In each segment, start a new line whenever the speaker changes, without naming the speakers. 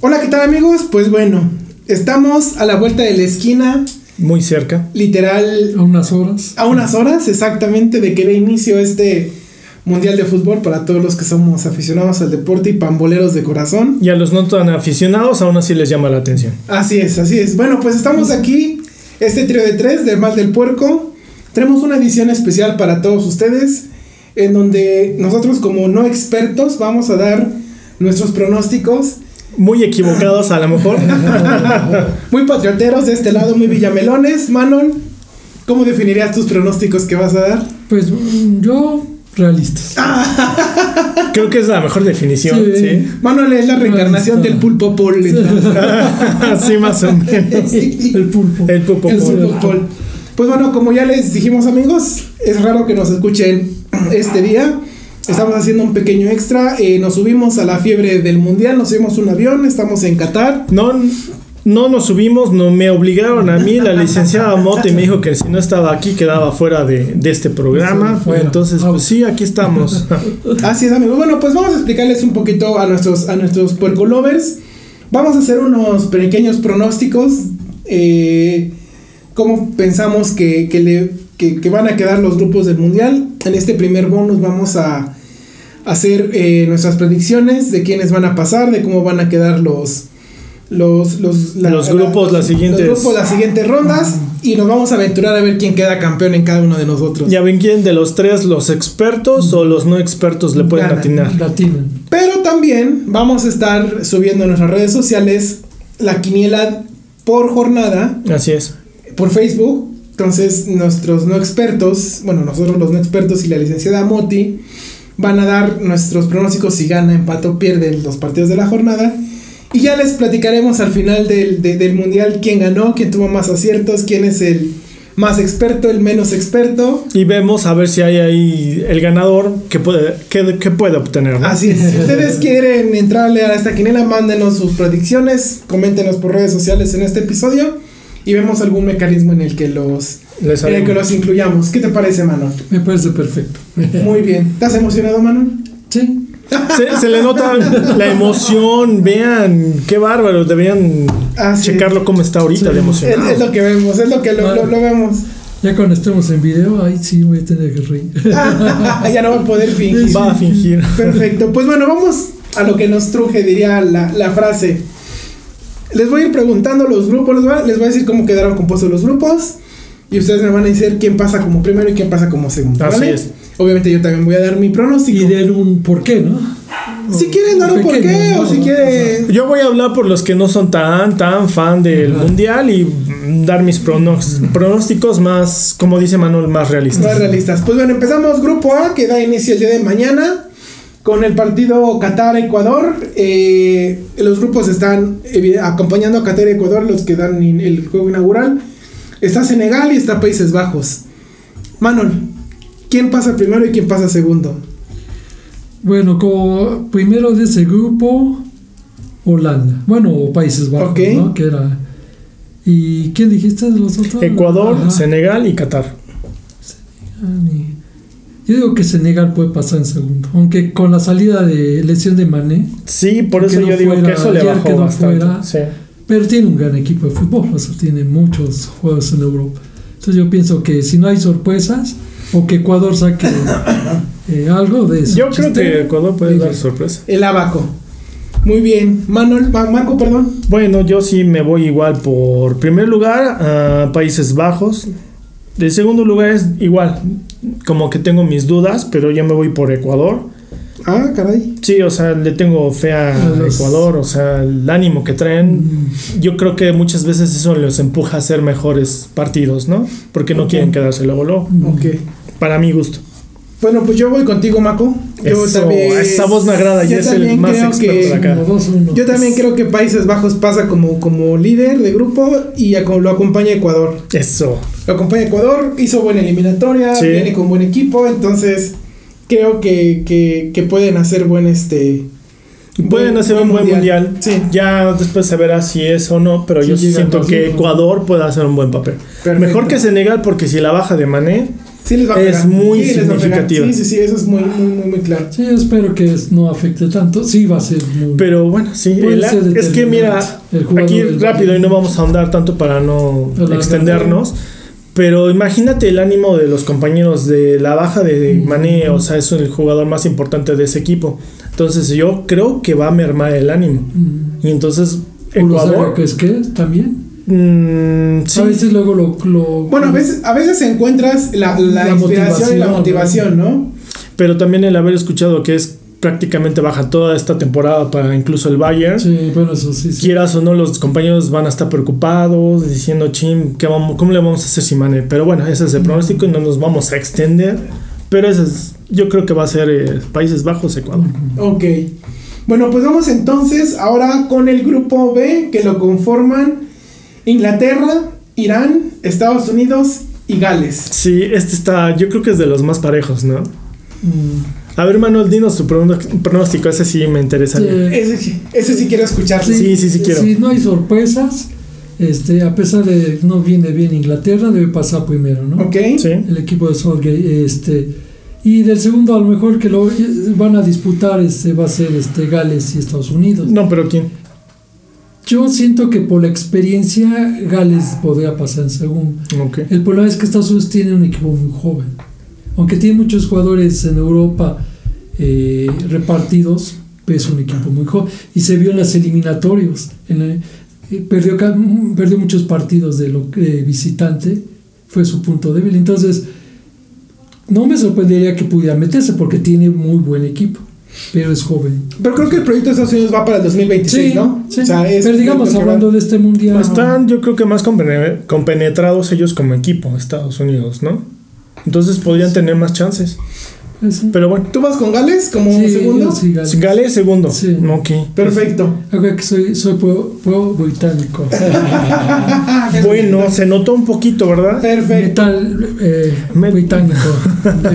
Hola, ¿qué tal amigos? Pues bueno, estamos a la vuelta de la esquina,
Muy cerca.
literal
A unas horas.
a unas horas exactamente de que dé inicio este Mundial de Fútbol para todos los que somos aficionados al deporte y pamboleros de corazón.
Y a los no tan aficionados aún así les llama la atención.
Así es, así es. Bueno, pues estamos aquí, este trío de tres del Mal del Puerco. Tenemos una edición especial para todos ustedes, en donde nosotros como no expertos vamos a dar nuestros pronósticos
Muy equivocados a lo mejor.
Muy patrioteros de este lado, muy villamelones. Manon, ¿cómo definirías tus pronósticos que vas a dar?
Pues mm, yo, realistas.
Creo que es la mejor definición. Sí,
Sí.
Manon es la reencarnación
está.
del pulpo pol. entonces.
sí más o menos.
El pulpo.
El pupo.
El
polo.
pulpo pol. Pues bueno, como ya les dijimos amigos, es raro que nos escuchen este día. Estamos haciendo un pequeño extra. eh, nos subimos a la fiebre del mundial, nos subimos a un avión, estamos en Qatar.
No, no nos subimos, no me obligaron a mí. La licenciada Mote me dijo que si no estaba aquí quedaba fuera de, de este programa.
Sí, fuera. Ah, Pues,
Entonces, pues sí, aquí estamos.
Así es, amigos. Bueno, pues vamos a explicarles un poquito a nuestros, a nuestros puerco lovers. Vamos a hacer unos pequeños pronósticos. eh, cómo pensamos que, que le- que- que van a quedar los grupos del mundial. En este primer bonus vamos a hacer eh, nuestras predicciones de quiénes van a pasar, de cómo van a quedar los. Los, los,
Los grupos, las siguientes.
los grupos, las siguientes rondas. Y nos vamos a aventurar a ver quién queda campeón en cada uno de nosotros.
ya ven quién de los tres, los expertos o los no expertos le pueden
Ganan.
atinar.
Latina.
Pero también vamos a estar subiendo en nuestras redes sociales la quiniela por jornada
Así es.
por Facebook. Entonces nuestros no expertos, bueno, nosotros los no expertos y la licenciada Moti van a dar nuestros pronósticos si gana, empate o pierde los partidos de la jornada. Y ya les platicaremos al final del, de- del mundial quién ganó, quién tuvo más aciertos, quién es el más experto, el menos experto.
Y vemos a ver si hay ahí el ganador que puede, que, que puede obtener. ¿no?
Así es. Si ustedes quieren entrarle a esta quinela, mándenos sus predicciones, coméntenos por redes sociales en este episodio y vemos algún mecanismo en el que los,
Les
en el Eh, que
haremos.
los incluyamos. ¿Qué te parece, Manon?
Me parece perfecto.
Muy bien. ¿Estás emocionado, Manon?
Sí.
Se, se le nota la emoción, vean, qué bárbaro, deberían
Así es.
checarlo cómo está ahorita
Sí.
de
Es,
emocionado.
es lo que vemos, es lo que lo, lo- lo vemos.
Ya cuando estemos en video, ahí sí voy a tener que reír.
ya no va a poder fingir.
Va a fingir.
Perfecto. Pues bueno, vamos a lo que nos truje, diría la, la frase. Les voy a ir preguntando los grupos, les voy, a, les voy a decir cómo quedaron compuestos los grupos. Y ustedes me van a decir quién pasa como primero y quién pasa como segundo.
Así
¿vale?
es.
Obviamente yo también voy a dar mi
Y
pronóstico.
den un por qué, ¿no?
Si quieren dar un
Pequeño,
porqué o
¿no?
si quieren...
Yo voy a hablar por los que no son tan, tan fan del mundial y mm, dar mis pronos- pronósticos más, como dice Manuel, más
Más
realistas.
realistas. Pues bueno, empezamos grupo A, que da inicio el día de mañana, con el partido Qatar-Ecuador. Eh, los grupos están evi- acompañando a Qatar-Ecuador, los que dan in- el juego inaugural. Está Senegal y está Países Bajos. Manon, ¿quién pasa primero y quién pasa segundo?
Bueno, como primero de ese grupo, Holanda. Bueno, o Países Bajos,
Ok.
¿no? Que era. ¿Y quién dijiste de los otros?
Ecuador,
Ajá.
Senegal y Qatar.
Ah, ni- Yo digo que Senegal puede pasar en segundo. Aunque con la salida de lesión de Mané,
Sí, por
Que
eso
no
yo digo
fuera,
que eso le
ayer
bajó
quedó
bastante.
fuera.
Sí.
pero tiene un gran equipo de fútbol, o sea, tiene muchos juegos en Europa. Entonces yo pienso que si no hay sorpresas, o que Ecuador saque eh, algo de eso.
Yo creo que Ecuador puede
Sí.
dar sorpresa.
El abaco. Muy bien. Manuel, Ma- Marco, perdón.
Bueno, yo sí me voy igual por primer lugar a Países Bajos. De segundo lugar es igual, como que tengo mis dudas, pero yo me voy por Ecuador.
Ah, caray.
Sí, o sea, le tengo fe a
A los-
Ecuador, o sea, el ánimo que traen. Yo creo que muchas veces eso los empuja a hacer mejores partidos, ¿no? Porque no quieren quedarse luego, luego.
Ok.
Para mi gusto.
Bueno, pues yo voy contigo, Maco. Yo
Eso, esa voz me agrada y
yo
es el
también
más
creo
experto de
que-
acá.
Yo también
Pues,
creo que Países Bajos pasa como, como líder de grupo y aco- lo acompaña Ecuador.
Eso.
Lo acompaña Ecuador, hizo buena eliminatoria,
Sí.
viene con buen equipo, entonces creo que, que- que pueden hacer buen este...
Pueden hacer un buen mundial.
Sí,
Ya después se verá si es o no, pero
Sí,
yo sí
llega
siento
más
que
uno.
Ecuador puede hacer un buen papel.
Perfecto.
Mejor que Senegal porque si la baja de Mané,
Sí les va a
Es
pegar.
muy
sí, les va a pegar.
significativa.
Sí, sí, sí, eso es muy, muy, muy, muy claro.
Sí, espero que es- no afecte tanto. Sí, va a ser muy.
Pero bueno, sí,
Puede
el-
ser
es que
determinante.
mira,
El jugador
aquí
del-
rápido y no vamos a ahondar tanto para no
Pero la-
extendernos. Pero imagínate el ánimo de los compañeros de la baja de
Mm.
Mané, o sea, es el jugador más importante de ese equipo. Entonces yo creo que va a mermar el ánimo.
Mm.
Y entonces
Uno sabe
Ecuador...
que es que también.
mm,
A
sí,
veces luego lo. lo-
Bueno, a veces, a veces encuentras la, la
La
inspiración y la
motivación,
motivación, ¿no?
pero también el haber escuchado que es prácticamente baja toda esta temporada para incluso el Bayern.
Sí, bueno, eso sí. sí.
quieras o no, los compañeros van a estar preocupados, diciendo, ching, ¿qué vamos, ¿cómo le vamos a hacer sin Mané? Pero bueno, ese es el pronóstico y no nos vamos a extender. Pero ese es, yo creo que va a ser eh, Países Bajos, Ecuador.
Ok. Bueno, pues vamos entonces ahora con el grupo B que lo conforman Inglaterra, Irán, Estados Unidos y Gales.
Sí, este está, yo creo que es de los más parejos, ¿no?
Mm.
A ver, Manuel, dinos tu prono- pronóstico, ese sí me interesa.
Sí.
Ese, sí- ese sí quiero escucharlo.
Sí. sí quiero.
Si no hay sorpresas, este, a pesar de no viene bien Inglaterra, debe pasar primero, ¿no?
Ok.
Sí,
El equipo de Solgay, este y del segundo a lo mejor que lo van a disputar este va a ser este Gales y Estados Unidos.
no, pero ¿quién?
Yo siento que por la experiencia Gales podría pasar en segundo.
Ok.
El problema es que Estados Unidos tiene un equipo muy joven. Aunque tiene muchos jugadores en Europa eh, repartidos, es un equipo muy joven. Y se vio en las eliminatorias. en la- eh, perdió, ca- mm, perdió muchos partidos de lo que- eh, visitante. Fue su punto débil. Entonces, no me sorprendería que pudiera meterse porque tiene muy buen equipo. Pero es joven.
Pero creo que el proyecto de Estados Unidos va para el 2026, ¿no?
sí.
O sea, es-
pero digamos,
lo que va-
hablando de este mundial.
Están, yo creo que más compene- compenetrados ellos como equipo, Estados Unidos, ¿no? Entonces podrían tener más chances.
Ese-
Pero bueno,
¿Tú vas con Gales como
Sí,
segundo?
sí, Gales.
Gales segundo.
Sí.
Ok.
Perfecto.
Algo que soy, soy pro, pro británico.
Bueno, se notó un poquito,
Eh,
¿verdad?
Perfecto.
Metal eh,
Met-
británico.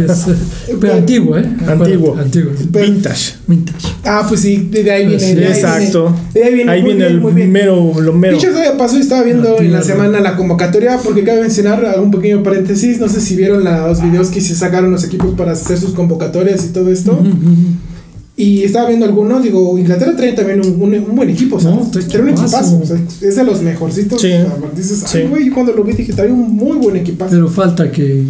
Es, eh, pero antiguo, ¿eh?
Antiguo.
Antiguo. sí.
Pero-
Vintage.
Vintage.
Ah, pues sí, de de ahí viene.
Pues sí,
de ahí
Exacto.
viene. De ahí viene,
Ahí
muy
viene
bien, muy
el
bien.
mero, lo mero.
Dicho sea de paso, yo estaba viendo
La
en la
tierra.
semana la convocatoria porque cabe mencionar algún pequeño paréntesis. No sé si vieron la- los videos que se sacaron los equipos para hacer sus convocatorias y todo esto.
Ujú, ujú.
Y estaba viendo algunos, digo, Inglaterra trae también un, un- un buen equipo,
No,
¿sabes?
trae
trae un
equipazo.
equipazo, o sea, es de los mejorcitos.
Sí.
o sea, dices, ay,
Sí.
güey, yo cuando lo vi dije, trae un muy buen equipazo.
Pero falta que.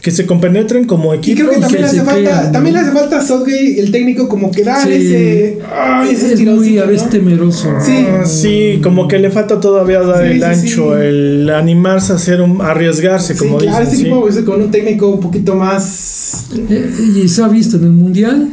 Que se compenetren como
Y
equipo.
creo que
que
también le
se
hace falta,
crean,
también le
¿no?
hace falta a Southgate, el técnico, como que dar
Sí.
ese, ay, Ah, ese
es muy
estironcito,
a veces
¿no?
temeroso.
Sí.
Ah, sí, como que le falta todavía dar
Sí,
el
sí,
ancho,
sí.
el animarse a hacer un, arriesgarse,
Sí,
como
claro,
dicen.
ese
sí.
equipo o sea, con un técnico un poquito más
Eh, y se ha visto en el mundial,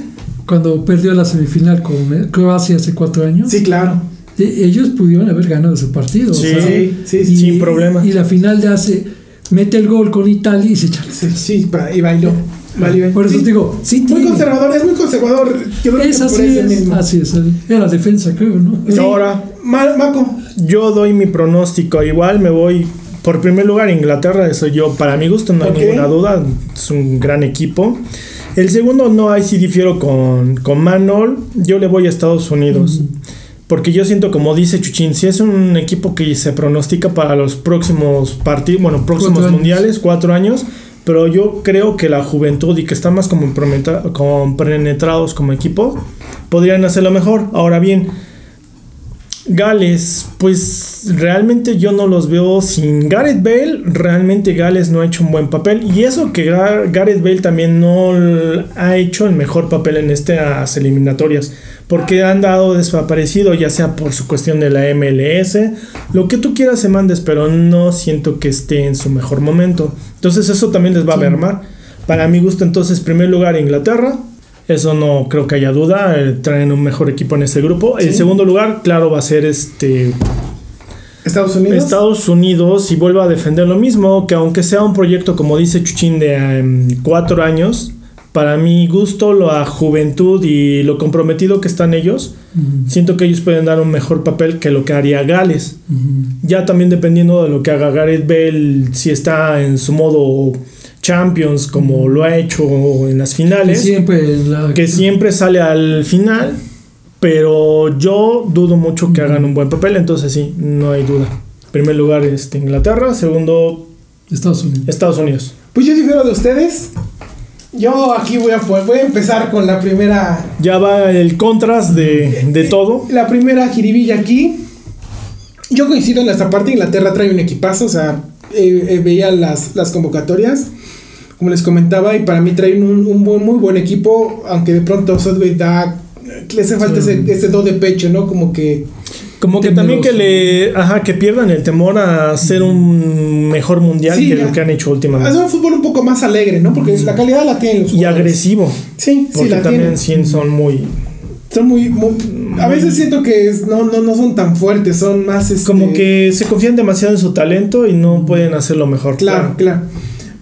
cuando perdió la semifinal con eh, Croacia hace cuatro años.
Sí, claro.
eh, ellos pudieron haber ganado ese partido. o
Sí.
sea,
Sí, sí, sí.
y-
sin problema.
Y la final de hace. Mete el gol con Italia y se echa.
Sí, sí, pa- y bailó. Vale,
Por eso
sí.
te digo, sí
Muy
tiene.
conservador, es muy conservador. Yo creo
Es
que por
así,
eso
es,
mismo.
así es. eh. Era defensa, creo, ¿no?
Sí.
Ahora,
Ma- Maco,
yo doy mi pronóstico. Igual me voy. Por primer lugar, Inglaterra, eso yo, para mi gusto, no hay
Ok.
ninguna duda. Es un gran equipo. El segundo, no, ahí sí difiero con, con Manol. Yo le voy a Estados Unidos. Porque yo siento, como dice Chuchín, si es un equipo que se pronostica para los próximos partidos, bueno, próximos
Cuatro años.
mundiales, cuatro años, pero yo creo que la juventud y que están más comprometa- compenetrados como equipo, podrían hacerlo mejor. Ahora bien, Gales, pues realmente yo no los veo sin Gareth Bale, realmente Gales no ha hecho un buen papel y eso que Gar- Gareth Bale también no l- ha hecho el mejor papel en estas eliminatorias, porque han dado desaparecido ya sea por su cuestión de la MLS, lo que tú quieras se mandes, pero no siento que esté en su mejor momento. Entonces eso también les va a
Sí.
mermar. Para mi gusto entonces, primer lugar Inglaterra, eso no creo que haya duda. eh, traen un mejor equipo en ese grupo. El
Sí.
segundo lugar, claro, va a ser este
Estados Unidos.
Estados Unidos y vuelve a defender lo mismo. Que aunque sea un proyecto, como dice Chuchín, de em, cuatro años, para mi gusto, la juventud y lo comprometido que están ellos,
Ujú,
siento que ellos pueden dar un mejor papel que lo que haría Gales.
ujú.
Ya también dependiendo de lo que haga Gareth Bale, si está en su modo Champions, como lo ha hecho en las
Que
finales
siempre en la-
que siempre sale al final, pero yo dudo mucho que hagan un buen papel, entonces sí, no hay duda. primer lugar este, Inglaterra, segundo
Estados Unidos.
Estados Unidos.
Pues yo difiero de ustedes. Yo aquí voy a, voy a empezar con la primera
Ya va el contras de, de todo.
La primera jiribilla aquí. Yo coincido en esta parte. Inglaterra trae un equipazo. O sea, eh, eh, veía las, las convocatorias. Como les comentaba, y para mí traen un, un buen, muy buen equipo. Aunque de pronto Southgate da. Le hace falta
Sí.
ese, ese do de pecho, ¿no? Como que.
Como que también que
Temeroso.
le. Ajá, que pierdan el temor a ser un mejor mundial
Sí,
que lo
ya.
que han hecho
Hace
últimamente.
un fútbol un poco más alegre, ¿no? Porque la calidad la tienen los
Y
jugadores.
agresivo.
Sí, sí,
Porque
la
también
tienen.
sí son muy.
Son muy, muy- A veces siento que es- no, no, no son tan fuertes, son más. Este,
Como que se confían demasiado en su talento y no pueden hacerlo mejor.
Claro, claro.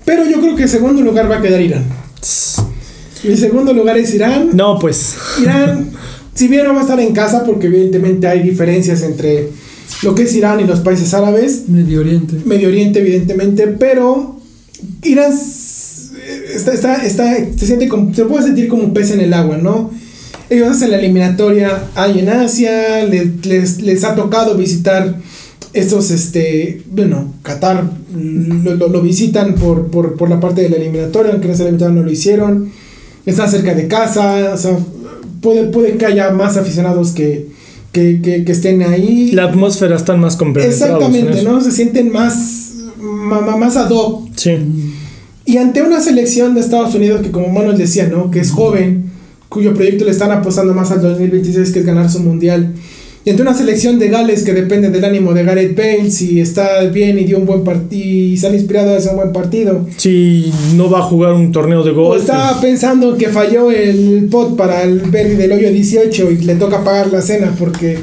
Pero yo creo que en segundo lugar va a quedar Irán.
Tss.
Mi segundo lugar es Irán.
Ah. No, pues.
Irán, si bien no va a estar en casa, porque evidentemente hay diferencias entre lo que es Irán y los países árabes,
Medio Oriente.
Medio Oriente, evidentemente, pero Irán s- está, está, está- se, siente como- se puede sentir como un pez en el agua, ¿no? Ellos hacen la eliminatoria ahí en Asia, le- les, les ha tocado visitar estos, este, bueno, Qatar mm, lo, lo- lo visitan por, por, por la parte de la eliminatoria, aunque en esa eliminatoria no lo hicieron, están cerca de casa, o sea, puede, puede que haya más aficionados que, que, que- que estén ahí.
La atmósfera están más compenetrados en
Exactamente,
eso.
¿no? Se sienten más, ma- ma- más ad hoc.
Sí.
Y ante una selección de Estados Unidos que, como Manuel decía, ¿no? Que es joven, cuyo proyecto le están apostando más al 2026, que es ganar su mundial. Y ante una selección de Gales que depende del ánimo de Gareth Bale, si está bien y dio un buen partido, y sale inspirado a hacer un buen partido.
Si no va a jugar un torneo de
O
golf.
está pensando que falló el pot para el Berry del hoyo 18 y le toca pagar la cena porque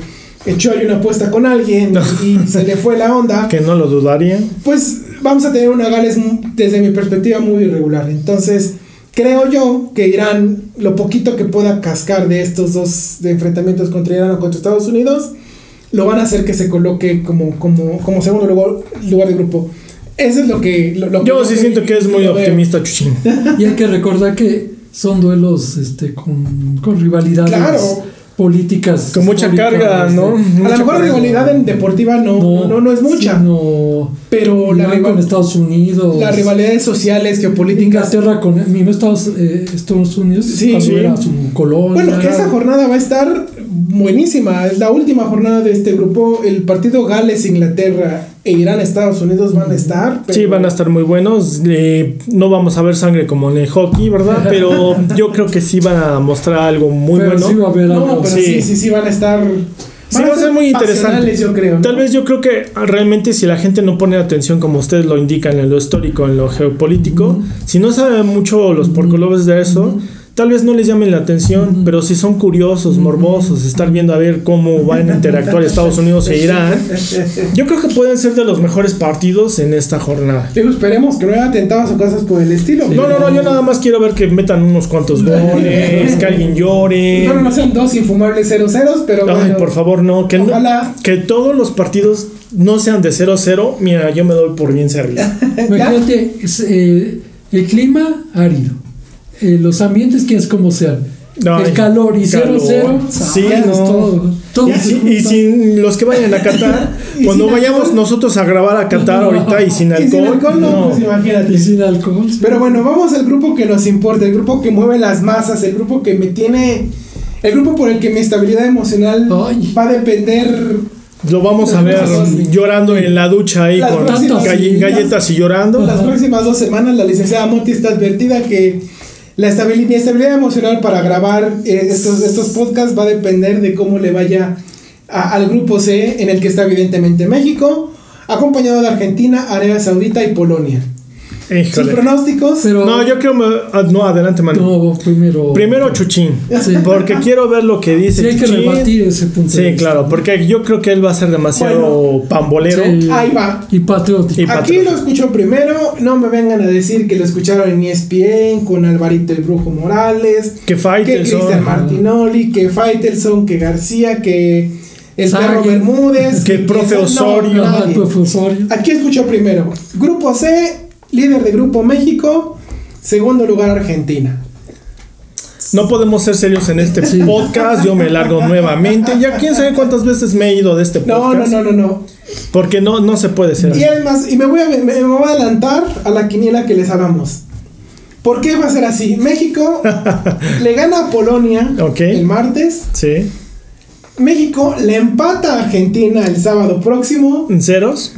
echó ahí una apuesta con alguien y se le fue la onda.
Que no lo dudaría.
pues vamos a tener una Gales m- desde mi perspectiva muy irregular. Entonces, creo yo que Irán, lo poquito que pueda cascar de estos dos de enfrentamientos contra Irán o contra Estados Unidos, lo van a hacer que se coloque como, como, como segundo lugar, lugar de grupo. Eso es lo que... Lo, lo que
Yo sí siento que es muy
lo veo.
optimista, Chuchín.
Y hay que recordar que son duelos este, con, con rivalidades
Claro.
políticas.
Con mucha
históricas,
carga,
este.
¿no?
A lo
Mucha
mejor la
carga.
rivalidad en deportiva no, no, no es mucha,
sino
pero la,
Irán con
rival-
Estados Unidos.
las rivalidades sociales, geopolíticas,
Inglaterra con mismo Estados, eh, Estados Unidos
Sí,
cuando
sí.
era su colonia.
Bueno, que esa jornada va a estar buenísima. Es la última jornada de este grupo. El partido Gales, Inglaterra e Irán, Estados Unidos van a estar. pero-
Sí, van a estar muy buenos. Eh, no vamos a ver sangre como en el hockey, ¿verdad? Pero yo creo que sí van a mostrar algo muy
Pero
bueno.
sí va a haber
No,
algo.
pero
Sí.
sí. sí, sí, van a estar.
Sí, va a ser muy interesante.
pasionales, Yo creo. ¿no?
Tal vez yo creo que ah, realmente si la gente no pone atención como ustedes lo indican en lo histórico, en lo geopolítico, si no saben mucho los porcolobes de eso, tal vez no les llamen la atención, pero si son curiosos, morbosos, estar viendo a ver cómo van a interactuar Estados Unidos e Irán, yo creo que pueden ser de los mejores partidos en esta jornada.
Digo, esperemos que no haya atentados o cosas por el estilo.
No, no, no, yo nada más quiero ver que metan unos cuantos goles, que alguien llore.
Bueno, no sean dos infumables 0 ceros, pero.
Ay,
bueno,
por favor, no. Que, no-
Ojalá.
que todos los partidos no sean de 0-0. Mira, yo me doy por bien servido.
Imagínate, es, eh, el clima árido, eh, los ambientes que es como sean,
Ay,
el calor y
calor.
cero cero.
Sí,
sabes,
no.
todo, todo
Y,
se
si-
junta.
y sin los que vayan a Qatar,
Y
cuando
sin
vayamos
alcohol.
nosotros a grabar a Qatar ahorita y sin alcohol,
Y sin alcohol, no,
no.
pues imagínate.
Y sin alcohol.
Pero bueno, vamos al grupo que nos importa, el grupo que mueve las masas, el grupo que me tiene. El grupo por el que mi estabilidad emocional
Ay.
va a depender.
lo vamos a ver
Sí.
llorando en la ducha ahí
Las
con
próximas
galle-
semanas.
galletas y llorando.
Las próximas dos semanas, la licenciada Monti está advertida que la estabili- mi estabilidad emocional para grabar eh, estos, estos podcasts va a depender de cómo le vaya a- al grupo C, en el que está evidentemente México, acompañado de Argentina, Arabia Saudita y Polonia. Sus
Híjole.
pronósticos.
Pero-
No, yo creo. me- ah, No, adelante, Manu.
No, vos primero.
Primero Chuchín,
Sí.
porque quiero ver lo que dice
Sí, hay que
Chuchín.
rebatir ese punto. de
Sí,
vista.
claro, porque yo creo que él va a ser demasiado pambolero.
Sí.
Ahí va.
Y patriótico.
Y-
Aquí
patrón.
lo escuchó primero, no me vengan a decir que lo escucharon en E ESPN con Alvarito el Brujo Morales,
Que
que Cristian
Faitelson,
Martinoli, que Faitelson, que García, que el
Sague.
perro Bermúdez,
Que profe
no,
Osorio.
Ah,
nadie.
profesor.
Aquí escuchó primero, Grupo C, líder de Grupo México, segundo lugar Argentina.
no podemos ser serios en este
Sí.
podcast. Yo me largo nuevamente. Ya quién sabe cuántas veces me he ido de este
No,
podcast.
no, no, no, no.
Porque no, no se puede ser
Y
así.
además, y me voy, a, me, me voy a adelantar a la quiniela que les hablamos. ¿Por qué va a ser así? México le gana a Polonia
Ok.
el martes.
Sí.
México le empata a Argentina el sábado próximo.
¿En ceros?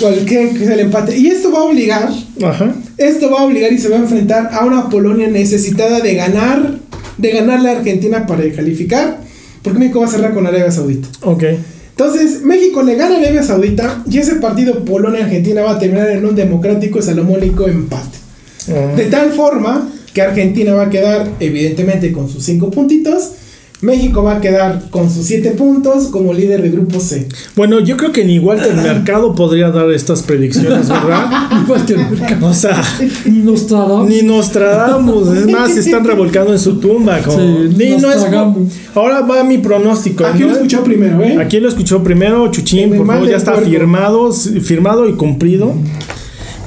Cualquier que sea el empate. Y esto va a obligar,
Ajá.
esto va a obligar y se va a enfrentar a una Polonia necesitada de ganar, de ganar la Argentina para calificar. Porque México va a cerrar con Arabia Saudita.
Ok.
Entonces, México le gana a Arabia Saudita y ese partido Polonia-Argentina va a terminar en un democrático y salomónico empate.
Ah.
De tal forma que Argentina va a quedar, evidentemente, con sus 5 puntitos. México va a quedar con sus 7 puntos como líder de grupo C.
Bueno, yo creo que ni Walter
Ah.
Mercado podría dar estas predicciones, ¿verdad?
Igual que el mercado.
O sea,
Ni nos tragamos.
ni nos tradamos. Es más, se están revolcando en su tumba. como-
Sí,
Ni
nos
no es-
tragamos.
Ahora va mi pronóstico.
Aquí lo
¿no?
escuchó primero, ¿eh?
Aquí lo escuchó primero,
En
Chuchín,
el
por
mal
favor,
del
ya está
puerco.
firmado, s- firmado y cumplido.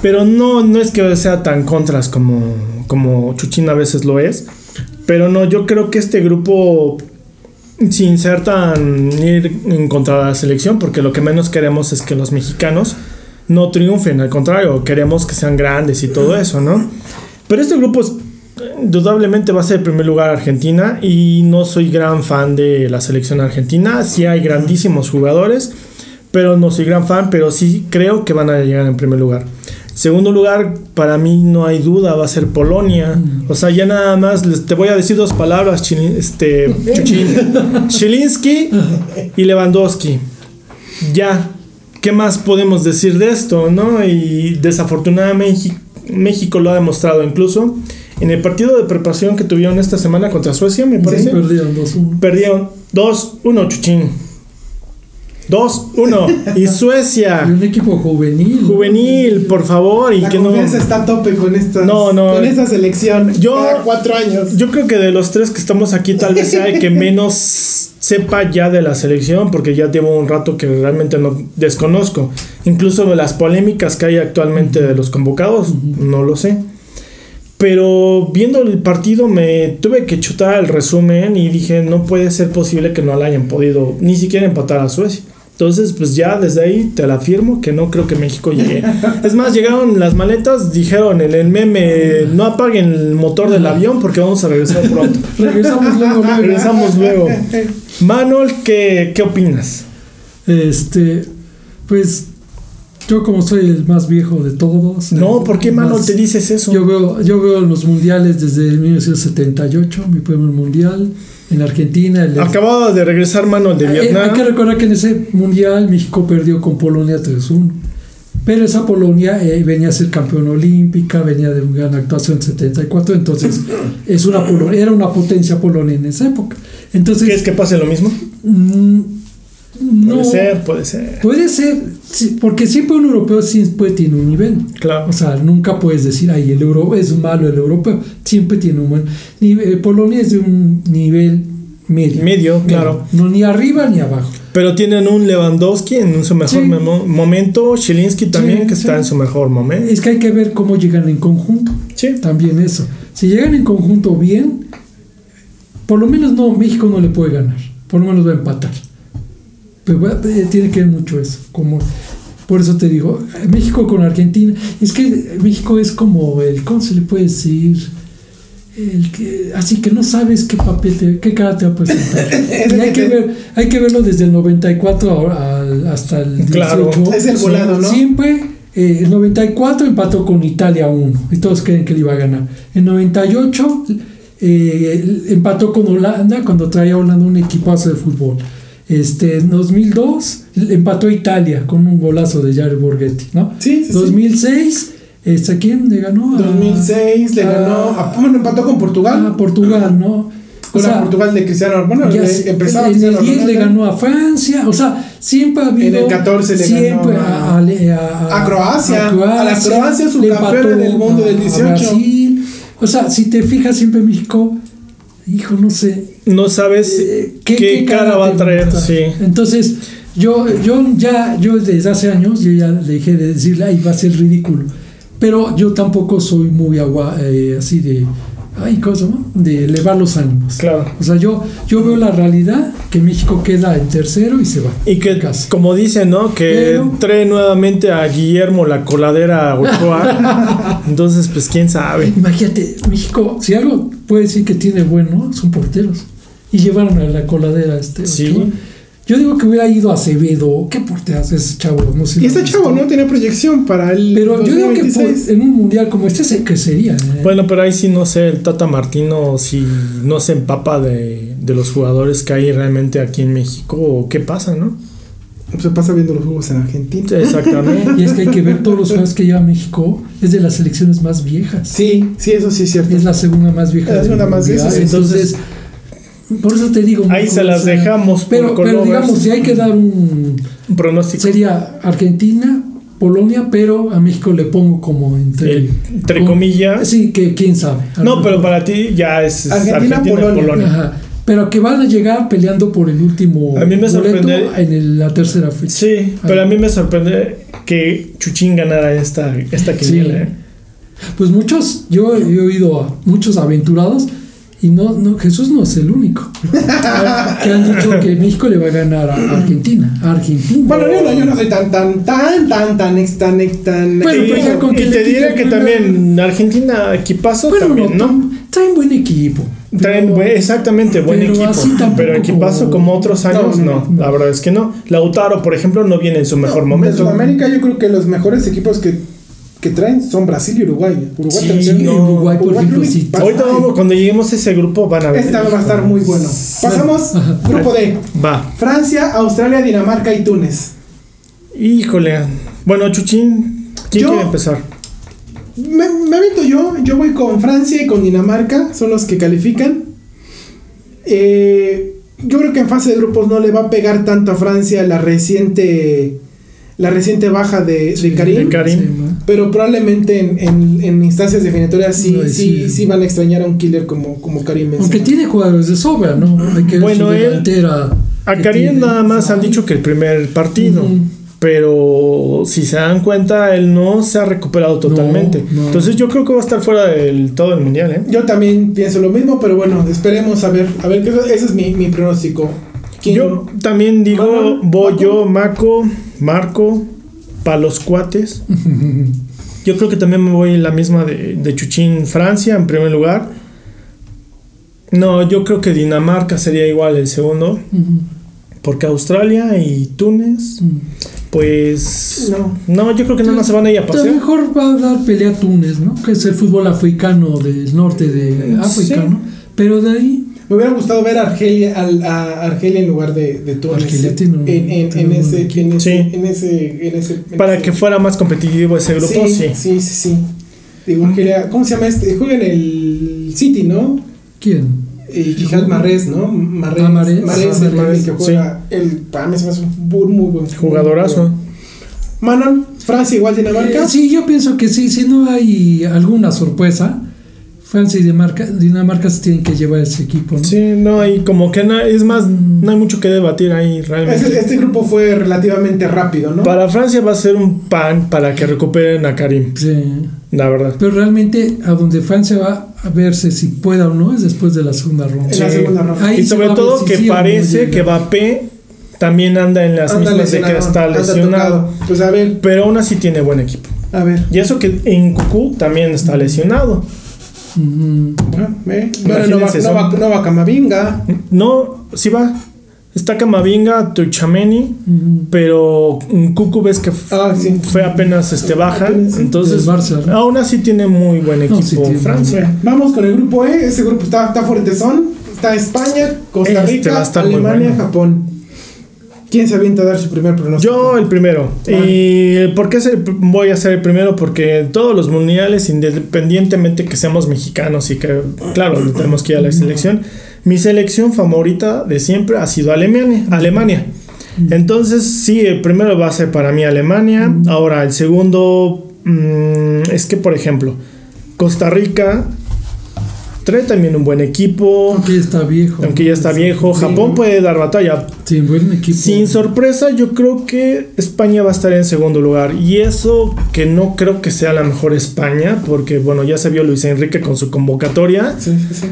Pero no, no es que sea tan contras como, como Chuchín a veces lo es. Pero no, yo creo que este grupo, sin ser tan ir en contra de la selección, porque lo que menos queremos es que los mexicanos no triunfen, al contrario, queremos que sean grandes y todo eso, ¿no? Pero este grupo es- indudablemente va a ser el primer lugar Argentina y no soy gran fan de la selección argentina. Sí hay grandísimos jugadores, pero no soy gran fan, pero sí creo que van a llegar en primer lugar. Segundo lugar, para mí no hay duda, va a ser Polonia. O sea, ya nada más les- te voy a decir dos palabras, Chilin- este, Chuchín. Chilinski y Lewandowski. Ya, ¿qué más podemos decir de esto, no? Y desafortunadamente México lo ha demostrado incluso en el partido de preparación que tuvieron esta semana contra Suecia, me
Sí,
parece.
perdieron 2-1.
Perdieron 2-1, Chuchín. 2-1 y
Y
Suecia
un equipo juvenil. ¿no?
juvenil, por favor, y
La
que no
confianza está a tope con esta,
No, no.
con esta selección.
Yo-
Cada cuatro años.
Yo creo que de los tres que estamos aquí, tal vez sea el que menos sepa ya de la selección, porque ya llevo un rato que realmente no desconozco. Incluso de las polémicas que hay actualmente de los convocados, no lo sé. Pero viendo el partido me tuve que chutar el resumen y dije, no puede ser posible que no la hayan podido ni siquiera empatar a Suecia. Entonces, pues ya desde ahí te la afirmo que no creo que México llegue. Es más, llegaron las maletas, dijeron en el meme, no apaguen el motor del avión porque vamos a regresar pronto.
Regresamos luego, luego.
Regresamos luego. Manuel, ¿qué, qué opinas?
Este, pues yo como soy el más viejo de todos.
No,
el
¿por qué Manuel
más-
te dices eso?
Yo veo, yo veo los mundiales desde 1978, mi primer mundial en Argentina. el-
Acababa de regresar Manuel de
Eh, Hay que
Vietnam.
recordar que en ese mundial México perdió con Polonia 3-1. Pero esa Polonia eh, venía a ser campeona olímpica, venía de una gran actuación en 74, entonces es una Polo- era una potencia Polonia en esa época. Entonces,
¿Quieres que pase lo mismo?
mm, no,
Puede ser, puede ser.
Puede ser, sí, porque siempre un europeo siempre tiene un nivel.
Claro.
O sea, nunca puedes decir, ay, el euro es malo el europeo. Siempre tiene un buen nivel. Polonia es de un nivel medio.
Medio, claro.
No, ni arriba ni abajo.
Pero tienen un Lewandowski en su mejor
Sí.
memo- momento, Chilinski también
Sí,
que está
sí.
en su mejor momento.
Es que hay que ver cómo llegan en conjunto.
Sí,
También eso. Si llegan en conjunto bien, por lo menos no, México no le puede ganar. Por lo menos va a empatar. Pero va- eh, tiene que ver mucho eso. Como, por eso te digo, eh, México con Argentina. Es que eh, México es como el, ¿cómo se le puede decir? El que, así que no sabes qué papel, te- qué cara te va a presentar.
Es
Y
el
hay,
que te-
que ver, hay que verlo desde el 94 ahora al- hasta el 18.
Claro.
Es el volado, ¿no?
Siempre, eh, el 94 empató con Italia 1 y todos creen que le iba a ganar. En 98 eh, empató con Holanda cuando traía a Holanda un equipazo de fútbol. Este, en 2002 empató a Italia con un golazo de Jared Borghetti, ¿no?
Sí, sí, sí.
2006, este, ¿a quién le ganó? A-
2006 le
Ah.
ganó. A, bueno, empató con
A
Portugal.
Portugal, ¿no? Ah, O
con la
sea,
Portugal de Cristiano Bueno,
ya
le-
sé,
empezaba
en el
Cristiano
10 le
Ronaldo.
ganó a Francia, o sea, siempre ha habido.
el 14 le
siempre
ganó a-
a, a-
a Croacia, a la Croacia,
le
subcampeona
empató
del mundo del
a
18.
Brasil. O sea, si te fijas siempre México, hijo, no sé.
no sabes
eh,
qué, cara va a
te
traer.
gusta?
Sí.
Entonces, yo, yo ya, yo desde hace años, yo ya dejé de decirle, ay, va a ser ridículo. Pero yo tampoco soy muy agua, eh, así de ay, ¿cómo se llama? De elevar los ánimos.
Claro.
O sea, yo, yo veo la realidad que México queda en tercero y se va.
Y que,
Casi.
como dicen, ¿no? Que
Pero-
trae nuevamente a Guillermo la coladera a Ochoa. Entonces, pues quién sabe.
Imagínate, México, si algo puede decir que tiene bueno, son porteros. Y llevaron a la coladera a este.
Sí.
Ochoa. Yo digo que hubiera ido a Acevedo. ¿Qué porteras ese chavo? No sé.
Y este chavo no tenía proyección para el.
Pero yo digo que
2026.
por- en un mundial como este se crecería. ¿eh?
Bueno, pero ahí sí no sé, el Tata Martino, si no se empapa de, de los jugadores que hay realmente aquí en México, o qué pasa, ¿no?
Pues se pasa viendo los juegos en Argentina.
Exactamente.
Y es que hay que ver todos los juegos que lleva México. Es de las selecciones más viejas.
Sí, sí, eso sí es cierto.
Es la segunda más vieja.
La
del
segunda más
mundial.
vieja, sí.
Entonces, por eso te digo.
Ahí
Marco,
se
o
las
sea,
dejamos. por
Pero, pero
Colovers.
digamos, si hay que dar un.
Un pronóstico.
Sería Argentina, Polonia, pero a México le pongo como entre.
El- entre
como-
comillas.
Sí, que quién sabe. A lo
No, pero
mejor.
para ti ya es es
Argentina,
Argentina,
Polonia.
y Polonia.
Ajá. Pero que van a llegar peleando por el último.
A mí me
boleto
sorprende-
En el- la tercera fecha.
Sí, pero a mí me sorprende que Chuchín ganara esta, esta quiniela.
Sí.
¿eh?
Pues muchos, yo he oído a muchos aventurados y no, no Jesús no es el único. que han dicho que México le va a ganar a Argentina. A Argentina.
Bueno, yo no, yo no soy tan, tan, tan, tan, tan, ex- tan, ex- tan. eh,
Bueno,
y,
pero ya con
y
que le
te diré
quiten
que
una-
también Argentina equipazo
Bueno,
también,
no,
¿no?
Traen buen equipo.
Traen
pero-
buen- exactamente buen
pero
equipo,
así tampoco
pero equipazo como otros años
No,
no,
no,
la verdad es que no. Lautaro, por ejemplo, no viene en su mejor
De
momento.
Sudamérica, yo creo que los mejores equipos que, que traen son Brasil y Uruguay. Uruguay
Sí,
también.
no.
Uruguay, por
Uruguay
ejemplo,
tiene
sí.
pasa-
Ahorita vamos cuando lleguemos a ese grupo van a ver.
Esta Este va a estar muy bueno. Pasamos,
Ajá.
grupo D:
Va.
Francia, Australia, Dinamarca y Túnez.
Híjole. Bueno, Chuchín, ¿quién
Yo-
quiere empezar?
Me, me aviento yo, yo voy con Francia y con Dinamarca, son los que califican. Eh, yo creo que en fase de grupos no le va a pegar tanto a Francia la reciente la reciente baja de, de Karim,
de Karim.
¿no?
pero probablemente en, en- en instancias definitorias sí,
No,
sí,
sí.
sí van a extrañar a un killer como, como Karim Benzema.
Aunque tiene jugadores de sobra, ¿no? Hay que ver
Bueno,
su
él-
delantera
A
que
Karim
tiene.
nada más han
Ay.
dicho que el primer partido.
Ujú.
Pero si se dan cuenta, él no se ha recuperado totalmente.
no.
Entonces yo creo que va a estar fuera del todo el mundial, ¿eh?
Yo también pienso lo mismo, pero bueno, esperemos a ver, a ver, qué- ese es mi, mi pronóstico. ¿Quién-
Yo también digo,
Manuel,
voy
Marco.
yo, Maco, Marco, pa' los cuates. Yo creo que también me voy la misma de, de Chuchín, Francia, en primer lugar. No, yo creo que Dinamarca sería igual el segundo.
Ujú,
Porque Australia y Túnez,
ujú.
pues...
No.
No, yo creo que nada más se van a ir a
A lo
pasear.
mejor va a dar pelea a Túnez, ¿no? Que es el fútbol africano del norte de
Sí.
África, ¿no? Pero de ahí,
Me hubiera gustado ver a Argelia, al- a Argelia en lugar de, de Túnez.
Argelia tiene un-
en, en-
tiene
en
un
ese,
equipo.
en, ese,
Sí.
en ese, en ese- en
Para
ese-
que fuera más competitivo ese grupo, sí.
sí, sí, sí, sí. Digo, Argelia, ¿cómo se llama este? Juega en el City, ¿no?
¿quién?
Eh, Gijal Marrés, ¿no? Marrés,
Ah, Marrés.
Marrés,
Ah,
el,
Marrés,
el que juega. El, para mí se me hace un bu- muy buen
Jugadorazo.
Manon, Francia igual Dinamarca.
Eh, sí, yo pienso que sí, si no hay alguna sorpresa, Francia y Dinamarca, Dinamarca se tienen que llevar ese equipo, ¿no?
Sí, no, y como que no, es más, no hay mucho que debatir ahí realmente.
Este, este grupo fue relativamente rápido, ¿no?
Para Francia va a ser un pan para que recuperen a Karim,
Sí.
la verdad.
Pero realmente a donde Francia va a verse si pueda o no es después de la segunda ronda.
en la
sí.
segunda ronda.
Ahí
y
se
sobre
va a
todo
ver
que
si sí o no
parece
llega.
que Mbappé también anda en las
Anda
mismas de que
lesionado,
está
anda
lesionado.
tocado. Pues a ver,
Pero aún así tiene buen equipo.
a ver.
Y eso que en Cucú también está lesionado.
Ujú.
Ah, ¿eh? No, no, no, va,
Imagínense,
no, va,
son-
no va Camavinga.
No, sí va. Está Camavinga, Tuchameni,
Ujú.
pero en Cucú ves que f-
Ah, sí.
fue apenas este baja.
Apenas, sí.
Entonces,
Del Barça, ¿no?
aún así tiene muy buen equipo
sí tiene.
Francia.
Vamos con el grupo E. Ese grupo está, está fuertezón. Está España, Costa
Este va
Rica,
a estar muy
Alemania,
bueno.
Japón. ¿Quién se avienta a dar su primer pronóstico?
Yo el primero. Ah. ¿Y por qué es el pr- voy a ser el primero? Porque en todos los mundiales, independientemente que seamos mexicanos y que, claro, no tenemos que ir a la selección, mi selección favorita de siempre ha sido Alemania. Alemania. Entonces, sí, el primero va a ser para mí Alemania. Ahora, el segundo mm, es que, por ejemplo, Costa Rica trae también un buen equipo.
Aunque ya está viejo.
Aunque ya está viejo,
Sí,
Japón
¿no?
puede dar batalla.
Sin buen equipo.
Sin sorpresa, yo creo que España va a estar en segundo lugar. Y eso que no creo que sea la mejor España, porque bueno, ya se vio Luis Enrique con su convocatoria.
Sí, sí, sí.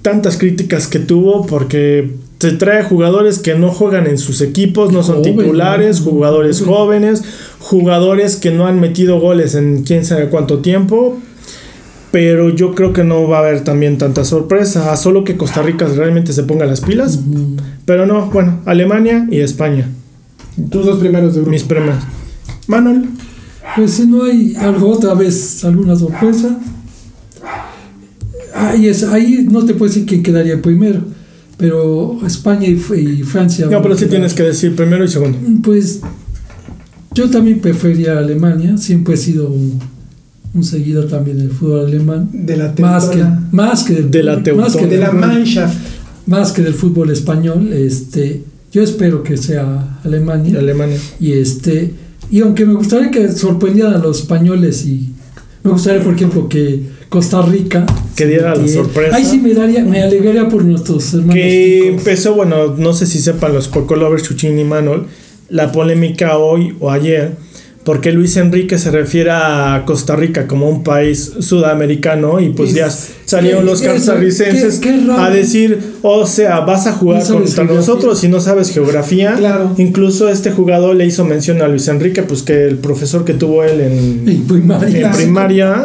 Tantas críticas que tuvo porque se trae jugadores que no juegan en sus equipos, no son
Joven,
titulares,
¿no?
jugadores
Joven.
jóvenes, jugadores que no han metido goles en quién sabe cuánto tiempo. Pero yo creo que no va a haber también tanta sorpresa, a solo que Costa Rica realmente se ponga las pilas.
Ujú.
Pero no, bueno, Alemania y España.
Tus dos primeros de grupo.
Mis premios.
Manuel.
Pues si no hay algo otra vez, alguna sorpresa. Ahí, es, ahí no te puedo decir quién quedaría primero, pero España y, F- y Francia.
No, pero sí tienes que decir primero y segundo.
Pues yo también prefería a Alemania, siempre he sido un, un seguidor también del fútbol alemán.
De la
Más que,
Teutona.
más que
De la
más que
Teutona.
De la
del-
Mannschaft.
más que del fútbol español, este, yo espero que sea Alemania.
Alemania.
Y este y aunque me gustaría que sorprendieran a los españoles y me gustaría, por ejemplo, que Costa Rica
Que diera la
que-
sorpresa.
Ahí sí me daría, me alegraría por nuestros hermanos.
Que
ticos.
empezó, bueno, no sé si sepan los Coco Lovers, Chuchín y Manol, la polémica hoy o ayer, porque Luis Enrique se refiere a Costa Rica como un país sudamericano y pues
Y
ya
s-
salieron
qué-
los
qué-
costarricenses
qué- qué raro.
a decir, o sea, vas a jugar
No sabes
contra
geografía.
nosotros si no sabes geografía.
Claro.
Incluso este jugador le hizo mención a Luis Enrique, pues que el profesor que tuvo él
en
en,
primaria.
en primaria...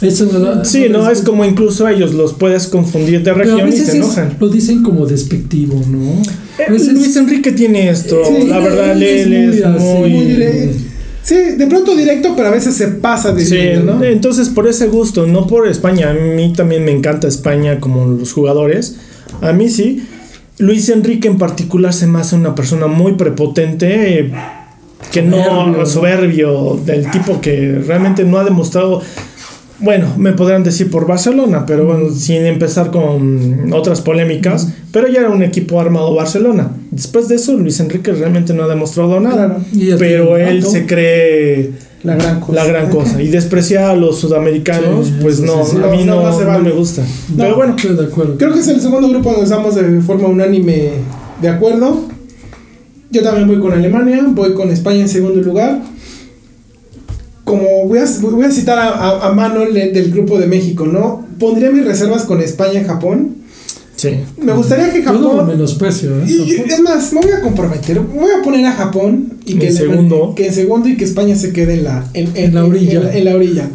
pues, Eso no la-
Sí, no, es como incluso ellos los puedes confundir de
pero a
región y
veces
se
es-
enojan.
lo dicen como despectivo, ¿no?
Eh,
A veces-
Luis Enrique tiene esto,
Sí,
la
él-
verdad, él,
él es muy
es
así,
muy...
Muy directo. Sí, de pronto directo, pero a veces se pasa de
Sí, eh,
directo, ¿no?
entonces por ese gusto, no por España, a mí también me encanta España como los jugadores, a mí sí. Luis Enrique en particular se me hace una persona muy prepotente, eh, que no
Soberbio.
soberbio, del tipo que realmente no ha demostrado... Bueno, me podrán decir por Barcelona, pero bueno, sin empezar con otras polémicas, pero ya era un equipo armado Barcelona. Después de eso, Luis Enrique realmente no ha demostrado nada,
Claro.
Y ya
pero
tiene un
él
dato.
se cree
La gran cosa.
la gran cosa. Y despreciar a los sudamericanos,
Sí,
pues
sí,
no,
sí, sí.
a mí
No,
no,
no se vale.
no me gusta.
No,
Pero bueno,
estoy de acuerdo.
Creo que es el segundo grupo donde estamos de forma unánime de acuerdo. Yo también voy con Alemania, voy con España en segundo lugar. Como voy a, voy a citar a, a- a Manuel de- del grupo de México, ¿no? Pondría mis reservas con España y Japón.
sí.
Me gustaría que
Yo no lo
Japón.
menosprecio, ¿eh?
y- y-
Tampoco.
es más, me voy a comprometer. Voy a poner a Japón y
En
que,
segundo.
que en segundo y que España se quede en la, en, en-
En la orilla.
En, en la orilla.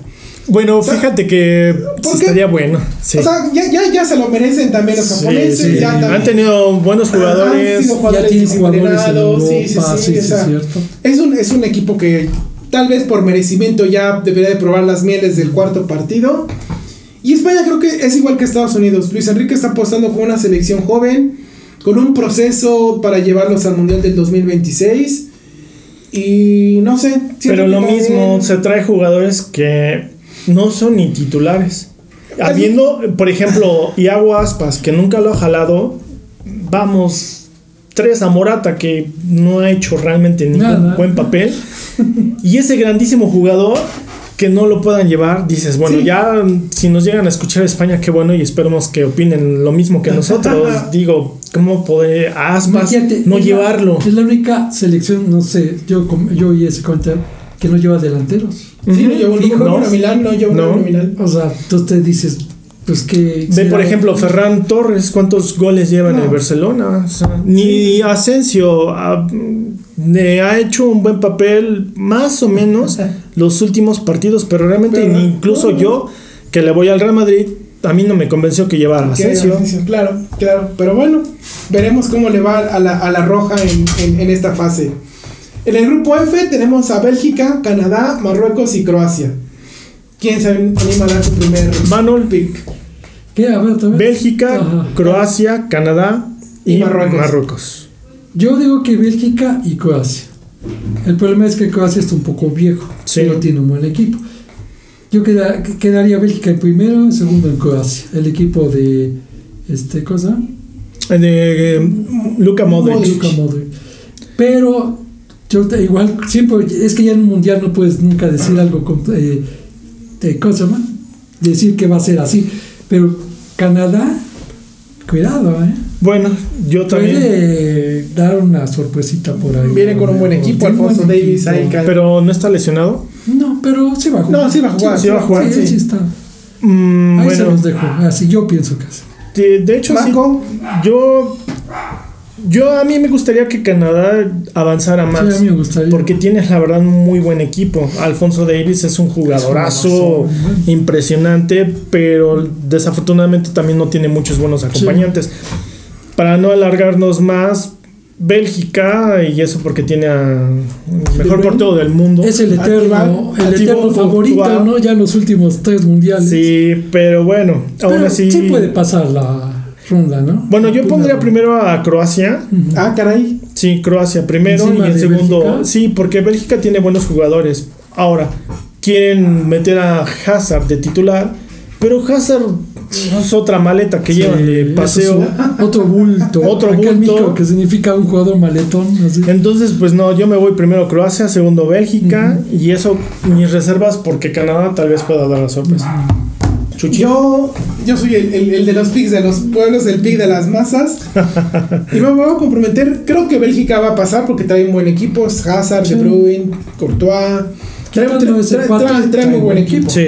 Bueno, fíjate que
¿Por
sí
qué?
estaría bueno. sí.
O sea, ya, ya, ya se lo merecen también los
Sí,
japoneses.
sí.
ya también-
Han tenido buenos
Han
jugadores.
sido jugadores
ya tiene jugadores en
disciplinados,
Europa,
sí, sí, sí, o sea,
es cierto.
Es un, es un equipo que tal vez por merecimiento ya debería de probar las mieles del cuarto partido. Y España creo que es igual que Estados Unidos. Luis Enrique está apostando con una selección joven, con un proceso para llevarlos al Mundial del 2026. Y no sé. siento
Pero
que
lo
también-
mismo, se trae jugadores que no son ni titulares. Habiendo, por ejemplo, Iago Aspas, que nunca lo ha jalado, vamos, tres a Morata, que no ha hecho realmente ningún
Nada.
buen papel, y ese grandísimo jugador que no lo puedan llevar, dices, bueno,
Sí.
ya mm, si nos llegan a escuchar España, qué bueno, y esperemos que opinen lo mismo que nosotros. Digo, ¿cómo puede a Aspas
Imagínate,
no
es la-
llevarlo?
es la única selección, no sé, yo, com- yo oí ese comentario, que no lleva delanteros.
Sí, no
Ujú.
llevó
Fijo,
ninguno
¿no?
a Milán, no llevó
No.
ninguno a Milán.
O sea, tú te dices, pues que...
Ve,
si
por
era-
ejemplo, Ferran Torres, ¿cuántos goles lleva en
No.
el Barcelona? O sea, ni Asensio ha, ne- ha hecho un buen papel, más o menos, los últimos partidos, pero realmente
Pero,
ni incluso
no.
yo, que le voy al Real Madrid, a mí no me convenció que llevara a
Que
Asensio.
Asensio, Claro, claro. Pero bueno, veremos cómo le va a la, a la roja en, en- en esta fase. En el grupo F tenemos a Bélgica, Canadá, Marruecos y Croacia. ¿Quién se anima a dar su primer
Manuel,
pick?
¿Qué? A ver, otra vez.
Bélgica,
Ajá.
Croacia, Canadá y,
Y Marruecos.
Marruecos.
Yo digo que Bélgica y Croacia. El problema es que Croacia está un poco viejo,
Sí.
pero tiene un buen equipo. Yo queda- quedaría Bélgica en primero, en segundo en Croacia. El equipo de... Este, cosa
Eh, de, eh, Luka Modric.
Modric.
Luka Modric. Pero yo te- igual siempre es que ya en un mundial no puedes nunca decir algo con eh, de- ¿cómo se llama? Decir que va a ser así, pero Canadá, cuidado, ¿eh?
Bueno, yo también.
Puede dar una sorpresita por ahí.
Viene con un buen equipo,
Tiene un buen
Alfonso Davis,
equipo.
ahí, Cal-
Pero no está lesionado.
No, pero sí va a jugar.
No, sí va a jugar,
sí va a jugar,
Sí,
sí.
sí está.
Mm,
Ahí se
bueno,
los dejo. Así yo pienso casi.
de, de hecho, sí,
Marco,
yo, yo a mí me gustaría que Canadá avanzara
Sí, a
más.
mí me gustaría.
Porque tienes la verdad un muy buen equipo. Alfonso Davis es un jugadorazo
Es un jugadorazo.
impresionante, pero desafortunadamente también no tiene muchos buenos acompañantes. Para no alargarnos más, Bélgica, y eso porque tiene al mejor
Pero-
portero del mundo.
es el
Activa-
eterno, el
activo
eterno favorito,
Courtois.
¿no? Ya en los últimos tres mundiales.
Sí, pero bueno,
Pero
aún así.
Sí puede pasar la ronda, ¿no? Pues
Bueno, yo
Primero.
pondría primero a Croacia.
Ujú.
ah, caray.
Sí, Croacia primero
¿Encima
y en
de
segundo.
Bélgica?
Sí, porque Bélgica tiene buenos jugadores. Ahora, quieren meter a Hazard de titular, pero Hazard es otra maleta que
Sí,
llevan de
eso
paseo.
es un- otro bulto.
Otro
Acá en
bulto.
México que significa un jugador maletón. así.
Entonces, pues no, yo me voy primero a Croacia, segundo Bélgica y eso mis reservas porque Canadá tal vez pueda dar la sorpresa. Chuchi.
Yo, yo soy el, el- el de los pigs de los pueblos, el pig de las masas. y me voy a comprometer. Creo que Bélgica va a pasar porque trae un buen equipo. Hazard,
Sí.
De Bruyne, Courtois. Trae,
tanto no es el
trae-
cuatro?
trae- trae muy buen equipo.
Sí.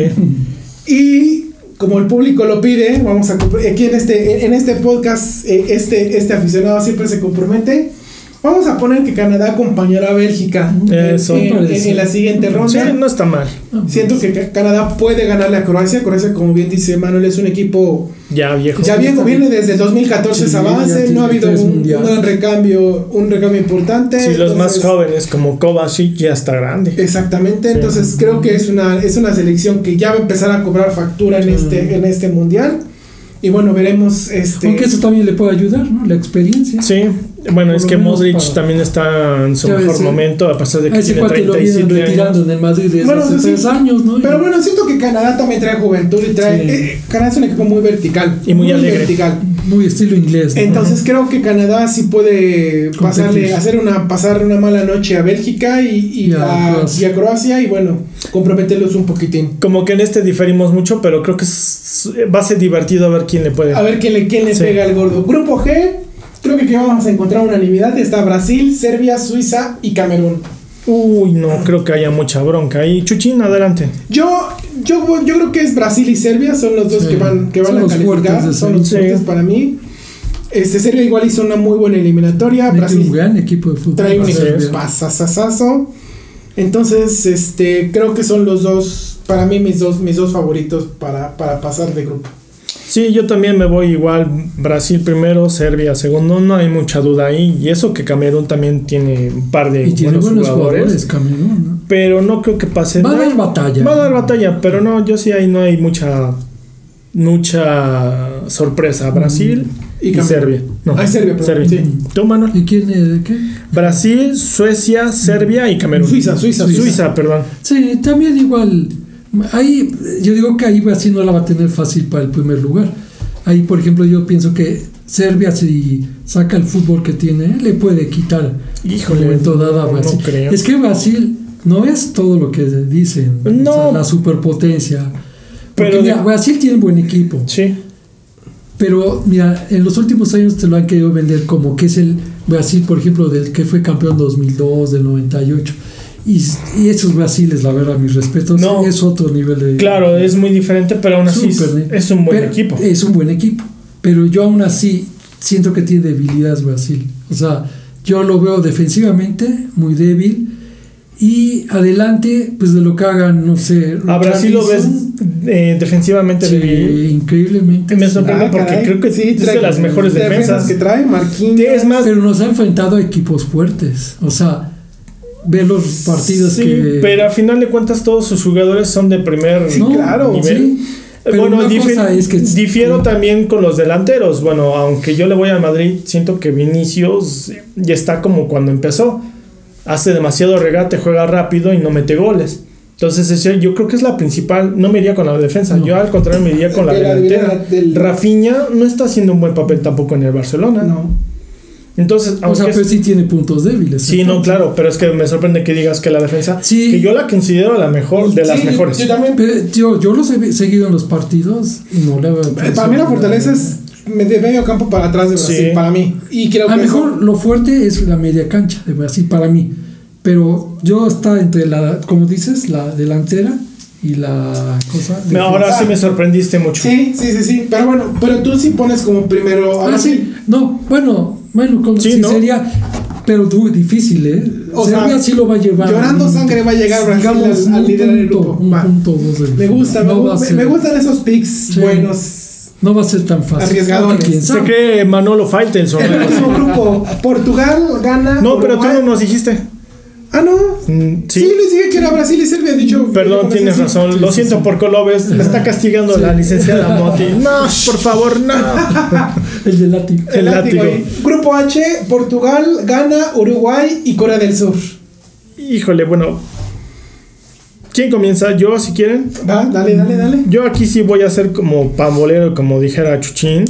Y como el público lo pide, vamos a compro- aquí en este, en este podcast, eh, este, este aficionado siempre se compromete. Vamos a poner que Canadá acompañará a Bélgica en-
Eso.
en, en- en la siguiente ronda.
Sí, no pues. está mal.
Siento que Ca- Canadá puede ganarle a Croacia. Croacia, como bien dice Manuel, es un equipo
Ya viejo.
ya bien viene desde el 2014
Sí,
esa
ya
base.
tiene
No ha habido
tres
un,
mundiales.
un recambio, un recambio importante.
Sí, los más
entonces-
jóvenes como Kovacic ya está grande.
Exactamente,
Sí.
entonces creo que es una, es una selección que ya va a empezar a cobrar factura en
Mm.
este, en este mundial. Y bueno, veremos este.
Aunque eso también le puede ayudar, ¿no? La experiencia.
Sí, bueno,
Por
es
lo
que
menos
Modric
para-
también está en su
Ya ves,
mejor
sí.
momento, a pesar de
A
que
ese
tiene
cuate lo vienen
37
retirando
años.
en el Madrid desde
Bueno,
hace
eso sí.
tres años, ¿no?
Pero bueno, siento que Canadá también trae juventud y trae.
Sí.
eh, Canadá es un equipo muy vertical.
Y muy alegre.
vertical.
Muy estilo inglés. ¿no?
Entonces creo que Canadá sí puede
Competir.
pasarle, hacer una, pasar una mala noche a Bélgica y, y
Y a
a,
Croacia.
y a Croacia y bueno, comprometerlos un poquitín.
Como que en este diferimos mucho, pero creo que es- va a ser divertido a ver quién le puede.
A ver quién le, quién le
Sí.
pega al gordo. Grupo G, creo que aquí vamos a encontrar unanimidad. Está Brasil, Serbia, Suiza y Camerún.
Uy, no, creo que haya mucha bronca. Y Chuchín, adelante.
Yo, yo, voy- yo creo que es Brasil y Serbia, son los dos
Sí.
que van, que van
Son
a
los
calificar.
fuertes de
son los
Serbia.
fuertes
Sí.
para mí. Este, Serbia igual hizo una muy buena eliminatoria.
Mete un
Brasil
gran equipo de fútbol.
trae un
Va a ser
equipo
bien.
pasasasazo. Entonces, este, creo que son los dos, para mí, mis dos, mis dos favoritos para, para pasar de grupo.
Sí, yo también me voy igual. Brasil primero, Serbia segundo, no hay mucha duda ahí. Y eso que Camerún también tiene un par de
Y tiene
buenos,
buenos
jugadores.
jugadores, Camerún,
Pero no creo que pase.
¿no? Va a
no hay-
dar batalla.
Va a dar batalla, pero no, yo sí ahí no hay mucha mucha
Mm.
sorpresa. Brasil y,
Camerún.
Serbia. No,
Ah, Serbia, perdón,
Serbia.
sí.
Tú, Manuel.
¿Y quién eh, qué?
Brasil,
Mm.
Suecia, Serbia y Camerún.
Suiza, Suiza,
Suiza,
Suiza.
perdón.
Sí, también igual. Ahí, yo digo que ahí Brasil no la va a tener fácil para el primer lugar. Ahí, por ejemplo, yo pienso que Serbia, si saca el fútbol que tiene, le puede quitar
Híjole,
un momento dado a
no
Brasil.
creo.
Es que Brasil no es todo lo que dicen, o
No.
sea, la superpotencia. Porque
Pero
mira,
de-
Brasil tiene buen equipo,
Sí.
pero mira, en los últimos años te lo han querido vender como que es el Brasil, por ejemplo, del que fue campeón 2002, del 98. Y, y esos brasiles, la verdad, mis respetos,
No.
es otro nivel de...
Claro, es muy diferente, pero aún así es,
Súper, ¿eh?
es un buen
Pero-
equipo.
Es un buen equipo. Pero yo aún así siento que tiene debilidades Brasil. O sea, yo lo veo defensivamente muy débil. Y adelante, pues de lo que hagan, no sé.
A Brasil lo ves
Richarlison,
eh, defensivamente
sí,
débil.
increíblemente.
Me sorprende
Ah,
porque
caray.
creo que sí, es
trae
de las mejores defensas.
que trae, Marquinhos.
Es más,
Pero nos ha enfrentado a equipos fuertes. O sea, ver los partidos
sí,
que.
pero a final de cuentas todos sus jugadores son de primer
No,
claro,
nivel.
sí. Pero
bueno,
una
difi-
cosa es que-
difiero también con los delanteros. Bueno, aunque yo le voy al Madrid, siento que Vinicius ya está como cuando empezó. Hace demasiado regate, juega rápido y no mete goles. Entonces, ese- yo creo que es la principal. No me iría con la defensa.
No.
Yo, al contrario, me iría con la
De la- de la-
delantera.
del-
Rafinha no está haciendo un buen papel tampoco en el Barcelona.
No.
Entonces,
O sea, pues,
aunque
pero
es-
sí tiene puntos débiles.
sí, no,
entonces.
claro, pero es que me sorprende que digas que la defensa,
Sí.
que yo la considero la mejor, de las
Sí,
mejores.
Yo también.
Pero yo, yo los he seguido en los partidos y no le
Eh, Para mí la fortaleza es me- de medio campo para atrás de Brasil,
Sí.
para mí. Y creo
A
que
lo
eso-
mejor lo fuerte es la media cancha de Brasil para mí. Pero yo está entre la, como dices, la delantera y la cosa.
Me-
de-
Ahora sí me sorprendiste mucho.
Sí, sí, sí, sí. Pero bueno, pero tú sí pones como primero a
Ah, sí.
Brasil.
No, bueno, bueno, como
Sí,
si
¿no?
sería. Pero du- difícil, ¿eh?
O
Serbia
sea,
sí lo va a llevar.
llorando
un-
sangre va a llegar Brasil
digamos,
al- al
un
líder del
punto,
grupo.
un
Va.
punto, dos del-
Me gusta, me,
no va a
gu-
ser-
me gustan esos picks
Sí.
buenos.
No va a ser tan fácil.
Arriesgadores.
Aunque quién
Se
sabe.
cree Manolo Faitelson.
El último grupo, Portugal gana.
No, pero tú
Uruguay.
no nos dijiste.
Ah, no.
Mm,
Sí. les dije que era Brasil y Serbia, dicho.
Perdón, tienes razón. Lo siento por Colobes. Le está castigando la licenciada Monti. No, por favor, no.
El de Lati.
El
El
látigo.
látigo.
ahí. Grupo H, Portugal, Ghana, Uruguay y Corea del Sur.
Híjole, bueno. ¿Quién comienza? Yo, si quieren.
Va, dale, dale, dale.
Yo aquí sí voy a ser como pambolero, como dijera Chuchín.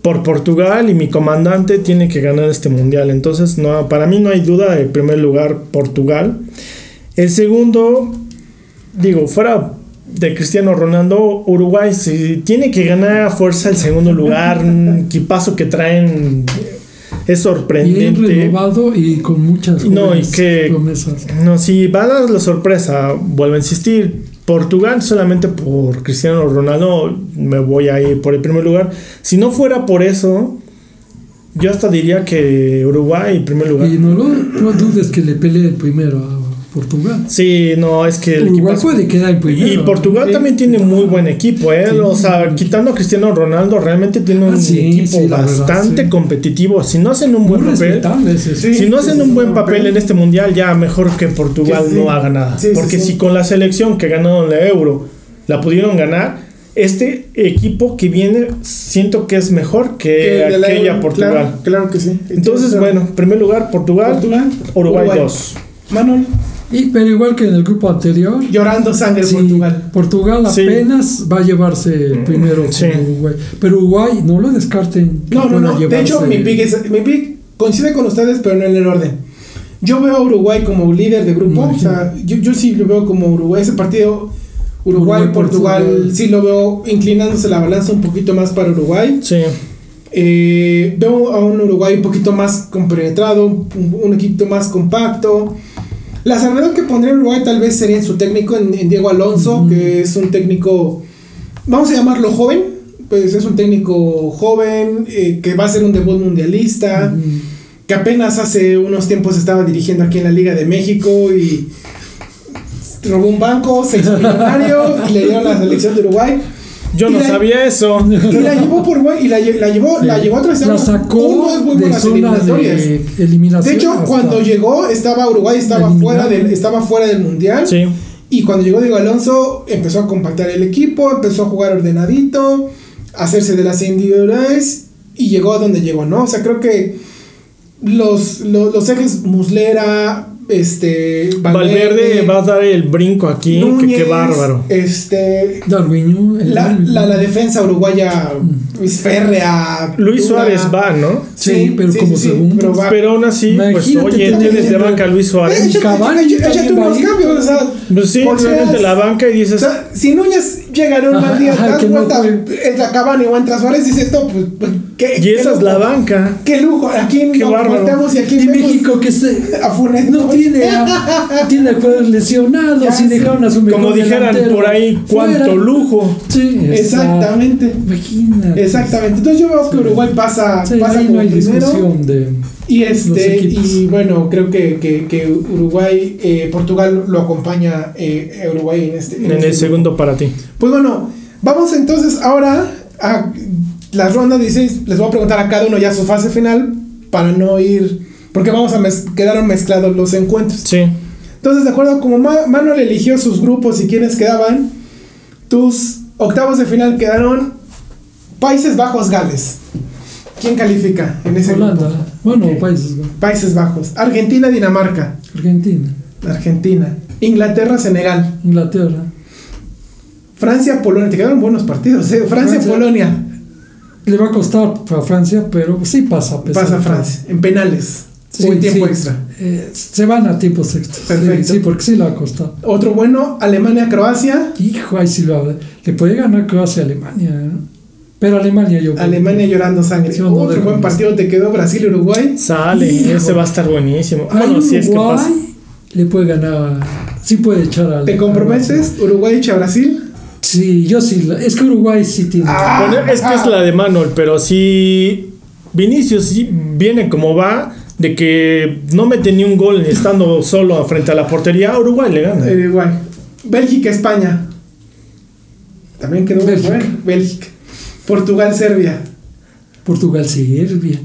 Por Portugal y mi comandante tiene que ganar este mundial. Entonces, no, para mí no hay duda. En primer lugar, Portugal. El segundo, digo, fuera de Cristiano Ronaldo, Uruguay sí tiene que ganar a fuerza el segundo lugar. Un equipazo que traen es
Bien
sorprendente.
renovado y con muchas
No, y
jóvenes
que-
promesas.
No, si va a dar la sorpresa, vuelvo a insistir. Portugal solamente por Cristiano Ronaldo me voy a ir por el primer lugar. Si no fuera por eso, yo hasta diría que Uruguay en primer lugar.
Y no, lo, no dudes que le pelee el primero a Portugal.
Sí, no, es que el
Uruguay
equipazo-
puede quedar el primero.
Y Portugal
Sí.
también tiene muy buen equipo, ¿eh?
Sí.
O sea, quitando a Cristiano Ronaldo, realmente tiene un
Ah, sí,
equipo
sí, la verdad,
bastante
sí.
competitivo. Si no hacen un
Muy
buen papel,
respetable ese.
Sí.
si no hacen
sí,
un
sí,
buen
sí,
papel
sí.
en este mundial, ya mejor que Portugal
Que sí.
no haga nada.
Sí, sí,
Porque
sí.
si con la selección que ganaron la Euro la pudieron ganar, este equipo que viene siento que es mejor que
Que de la-
Eh, aquella
claro,
Portugal.
Claro, que sí.
Entonces, bueno, en primer lugar Portugal,
Portugal,
Uruguay
Uruguay.
2.
Manuel,
Y, pero igual que en el grupo anterior,
llorando sangre
sí,
Portugal.
Portugal
Sí.
apenas va a llevarse
Mm.
el primero con
Sí.
Uruguay. Pero Uruguay no lo descarten. que
No, no,
van a
no. De hecho,
llevarse-
mi pick, es, mi pick coincide con ustedes, pero no en el orden. Yo veo a Uruguay como líder de grupo. O sea, yo, yo sí lo veo como Uruguay. Ese partido, Uruguay,
Uruguay,
Portugal,
Portugal.
sí lo veo inclinándose la balanza un poquito más para Uruguay.
Sí.
Eh, veo a un Uruguay un poquito más compenetrado, un, un equipo más compacto. La salvedad que pondría Uruguay tal vez sería en su técnico, en, en Diego Alonso,
Ujú.
que es un técnico, vamos a llamarlo joven, pues es un técnico joven, eh, que va a ser un debut mundialista,
Mm.
que apenas hace unos tiempos estaba dirigiendo aquí en la Liga de México y robó un banco, se hizo millonario y le dieron la selección de Uruguay.
Yo
Y
no
la-
sabía eso.
Y la llevó por buen- y la, lle- la llevó, la llevó a través
La sacó
es muy
de
buenas
zona
eliminatorias.
de eliminación.
De hecho,
hasta-
cuando llegó, estaba Uruguay, estaba
Eliminado.
fuera del, estaba fuera del mundial.
Sí.
Y cuando llegó Diego Alonso, empezó a compactar el equipo, empezó a jugar ordenadito, a hacerse de las individualidades y llegó a donde llegó, ¿no? O sea, creo que los, los, los ejes Muslera, este,
Valverde va a dar el brinco aquí, que qué
Núñez,
bárbaro.
Este,
Darwinho, el
la,
árbitro.
la, la defensa uruguaya es férrea.
Luis
dura.
Suárez va, ¿no?
Sí, pero como segundo.
pero va.
Pero aún así, pues
Imagínate,
oye,
tiene-
tienes de banca a Luis
Eh,
Suárez.
échate-
Cavani
échate-
también
échate unos
va ahí.
cambios, o sea,
Pues sí,
Porque
realmente
es-
la banca y
o
dices,
sea, si Núñez llega en un
Ajá,
mal día,
ajá,
das
que no
cuenta,
fue.
entra Cavani o entra Suárez, dices esto, pues, pues, qué,
y
qué
esa es
lujo,
la banca.
Qué lujo, aquí
Qué
nos
bárbaro.
comentamos y aquí
Y
vemos
México que se.
a Funes.
No tiene a, tiene a jugadores
Ya
lesionados y
sé.
dejaron a su mejor
Como dijeran
delantero
por ahí, cuánto
fuera.
lujo.
Sí, está-
Exactamente.
Imagínate.
Exactamente. Entonces yo veo que
Sí.
Uruguay pasa,
Sí,
pasa
ahí
como
no hay
primero.
discusión de.
Y
Los
este,
equipos.
y bueno, creo que, que, que Uruguay, eh, Portugal lo acompaña eh, a Uruguay en este.
En el
este
segundo para ti.
Pues bueno, vamos entonces ahora a la ronda 16. Les voy a preguntar a cada uno ya su fase final para no ir. Porque vamos a mez- quedaron mezclados los encuentros.
Sí.
Entonces, de acuerdo a como Ma- Manuel eligió sus grupos y quienes quedaban, tus octavos de final quedaron Países Bajos Gales. ¿Quién califica en ese grupo?
Holanda. Bueno, países. ¿no?
Países Bajos. Argentina, Dinamarca.
Argentina,
Argentina. Inglaterra, Senegal.
Inglaterra,
Francia, Polonia. Te quedaron buenos partidos, ¿eh? Francia,
Francia.
Polonia.
Le va a costar a Francia, pero sí pasa. a pesar
Pasa a
de todo.
Francia, en penales.
pues, Sí,
o en tiempo
sí.
extra.
Eh, se van a tiempos extras. Sí,
Perfecto.
Sí, porque sí le va a costar.
Otro bueno, Alemania-Croacia.
Hijo, ahí sí lo habla. Le puede ganar Croacia a Alemania. ¿no? Pero Alemania yo. creo.
Alemania llorando sangre.
Sí, no
Otro
dejo.
buen partido te quedó Brasil-Uruguay.
Sale,
Hijo.
ese va a estar buenísimo.
Ay,
Bueno, si es que
Uruguay
pasa.
Le puede ganar. a- Sí puede echar a.
¿Te comprometes? Uruguay echa a Brasil.
Sí, yo sí. la- Es que Uruguay sí tiene.
Ah,
Bueno, es que es la de Manuel, pero si Vinicius sí viene como va, de que no mete ni un gol ni estando solo frente a la portería, Uruguay le gana.
Eh,
Uruguay. Bélgica-España. También quedó muy
Bélgica.
bueno. Bélgica. Portugal-Serbia.
Portugal, Serbia.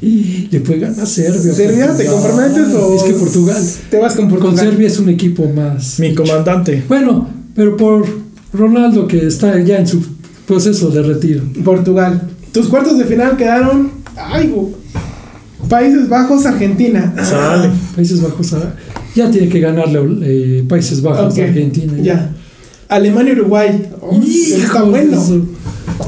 Le puede ganar Serbia.
¿Serbia? ¿Te
Portugal.
comprometes o.?
Es que Portugal.
Te vas con Portugal.
Con Serbia es un equipo más.
Mi comandante.
Bueno, pero por Ronaldo que está ya en su proceso de retiro.
Portugal. Tus cuartos de final quedaron. Ay, güey. Países Bajos, Argentina.
Sale.
Países Bajos ah, ya tiene que ganarle eh, Países Bajos
Ok,
a Argentina.
Ya. Alemania, Uruguay. Oh, está
Hijo,
bueno.
eso.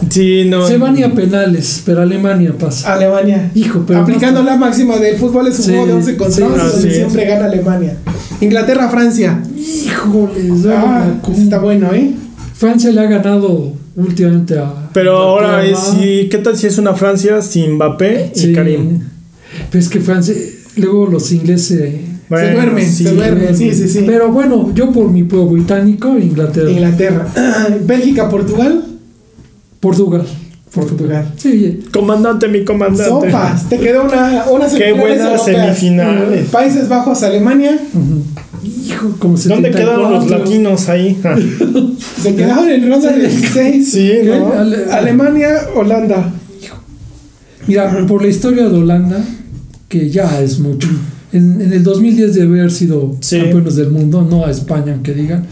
Sí, no.
Se van y a penales, pero Alemania pasa.
Alemania.
Hijo, pero
Ah, Aplicando la máxima del fútbol es un
Sí,
juego de 11 contra
sí,
11
así
donde
es.
siempre gana Alemania. Inglaterra, Francia.
Híjoles,
Ah,
la-
está bueno, ¿eh?
Francia le ha ganado últimamente a.
Pero ahora es,
Inglaterra.
sí, ¿qué tal si es una Francia sin Mbappé y
Sí.
Karim?
Pero pues es que Francia. Luego los ingleses. eh,
se duerme,
sí.
se duerme. Sí, sí, sí.
Pero bueno, yo por mi pueblo británico, Inglaterra.
Inglaterra. Bélgica, Portugal.
Portugal.
Portugal.
Sí,
Comandante, mi comandante.
Sopas. Te quedó una, una
Qué
semifinales
buenas
europeas.
semifinales.
Países Bajos, Alemania.
ujú. hijo, como se
¿Dónde quedaron los latinos ahí?
Se quedaron en ronda de 16.
sí,
¿Qué?
¿no?
Ale- Eh, Alemania, Holanda.
Mira, por la historia de Holanda, que ya es mucho. En, en el 2010 debe haber sido
Sí.
campeones del mundo, no a España, que digan.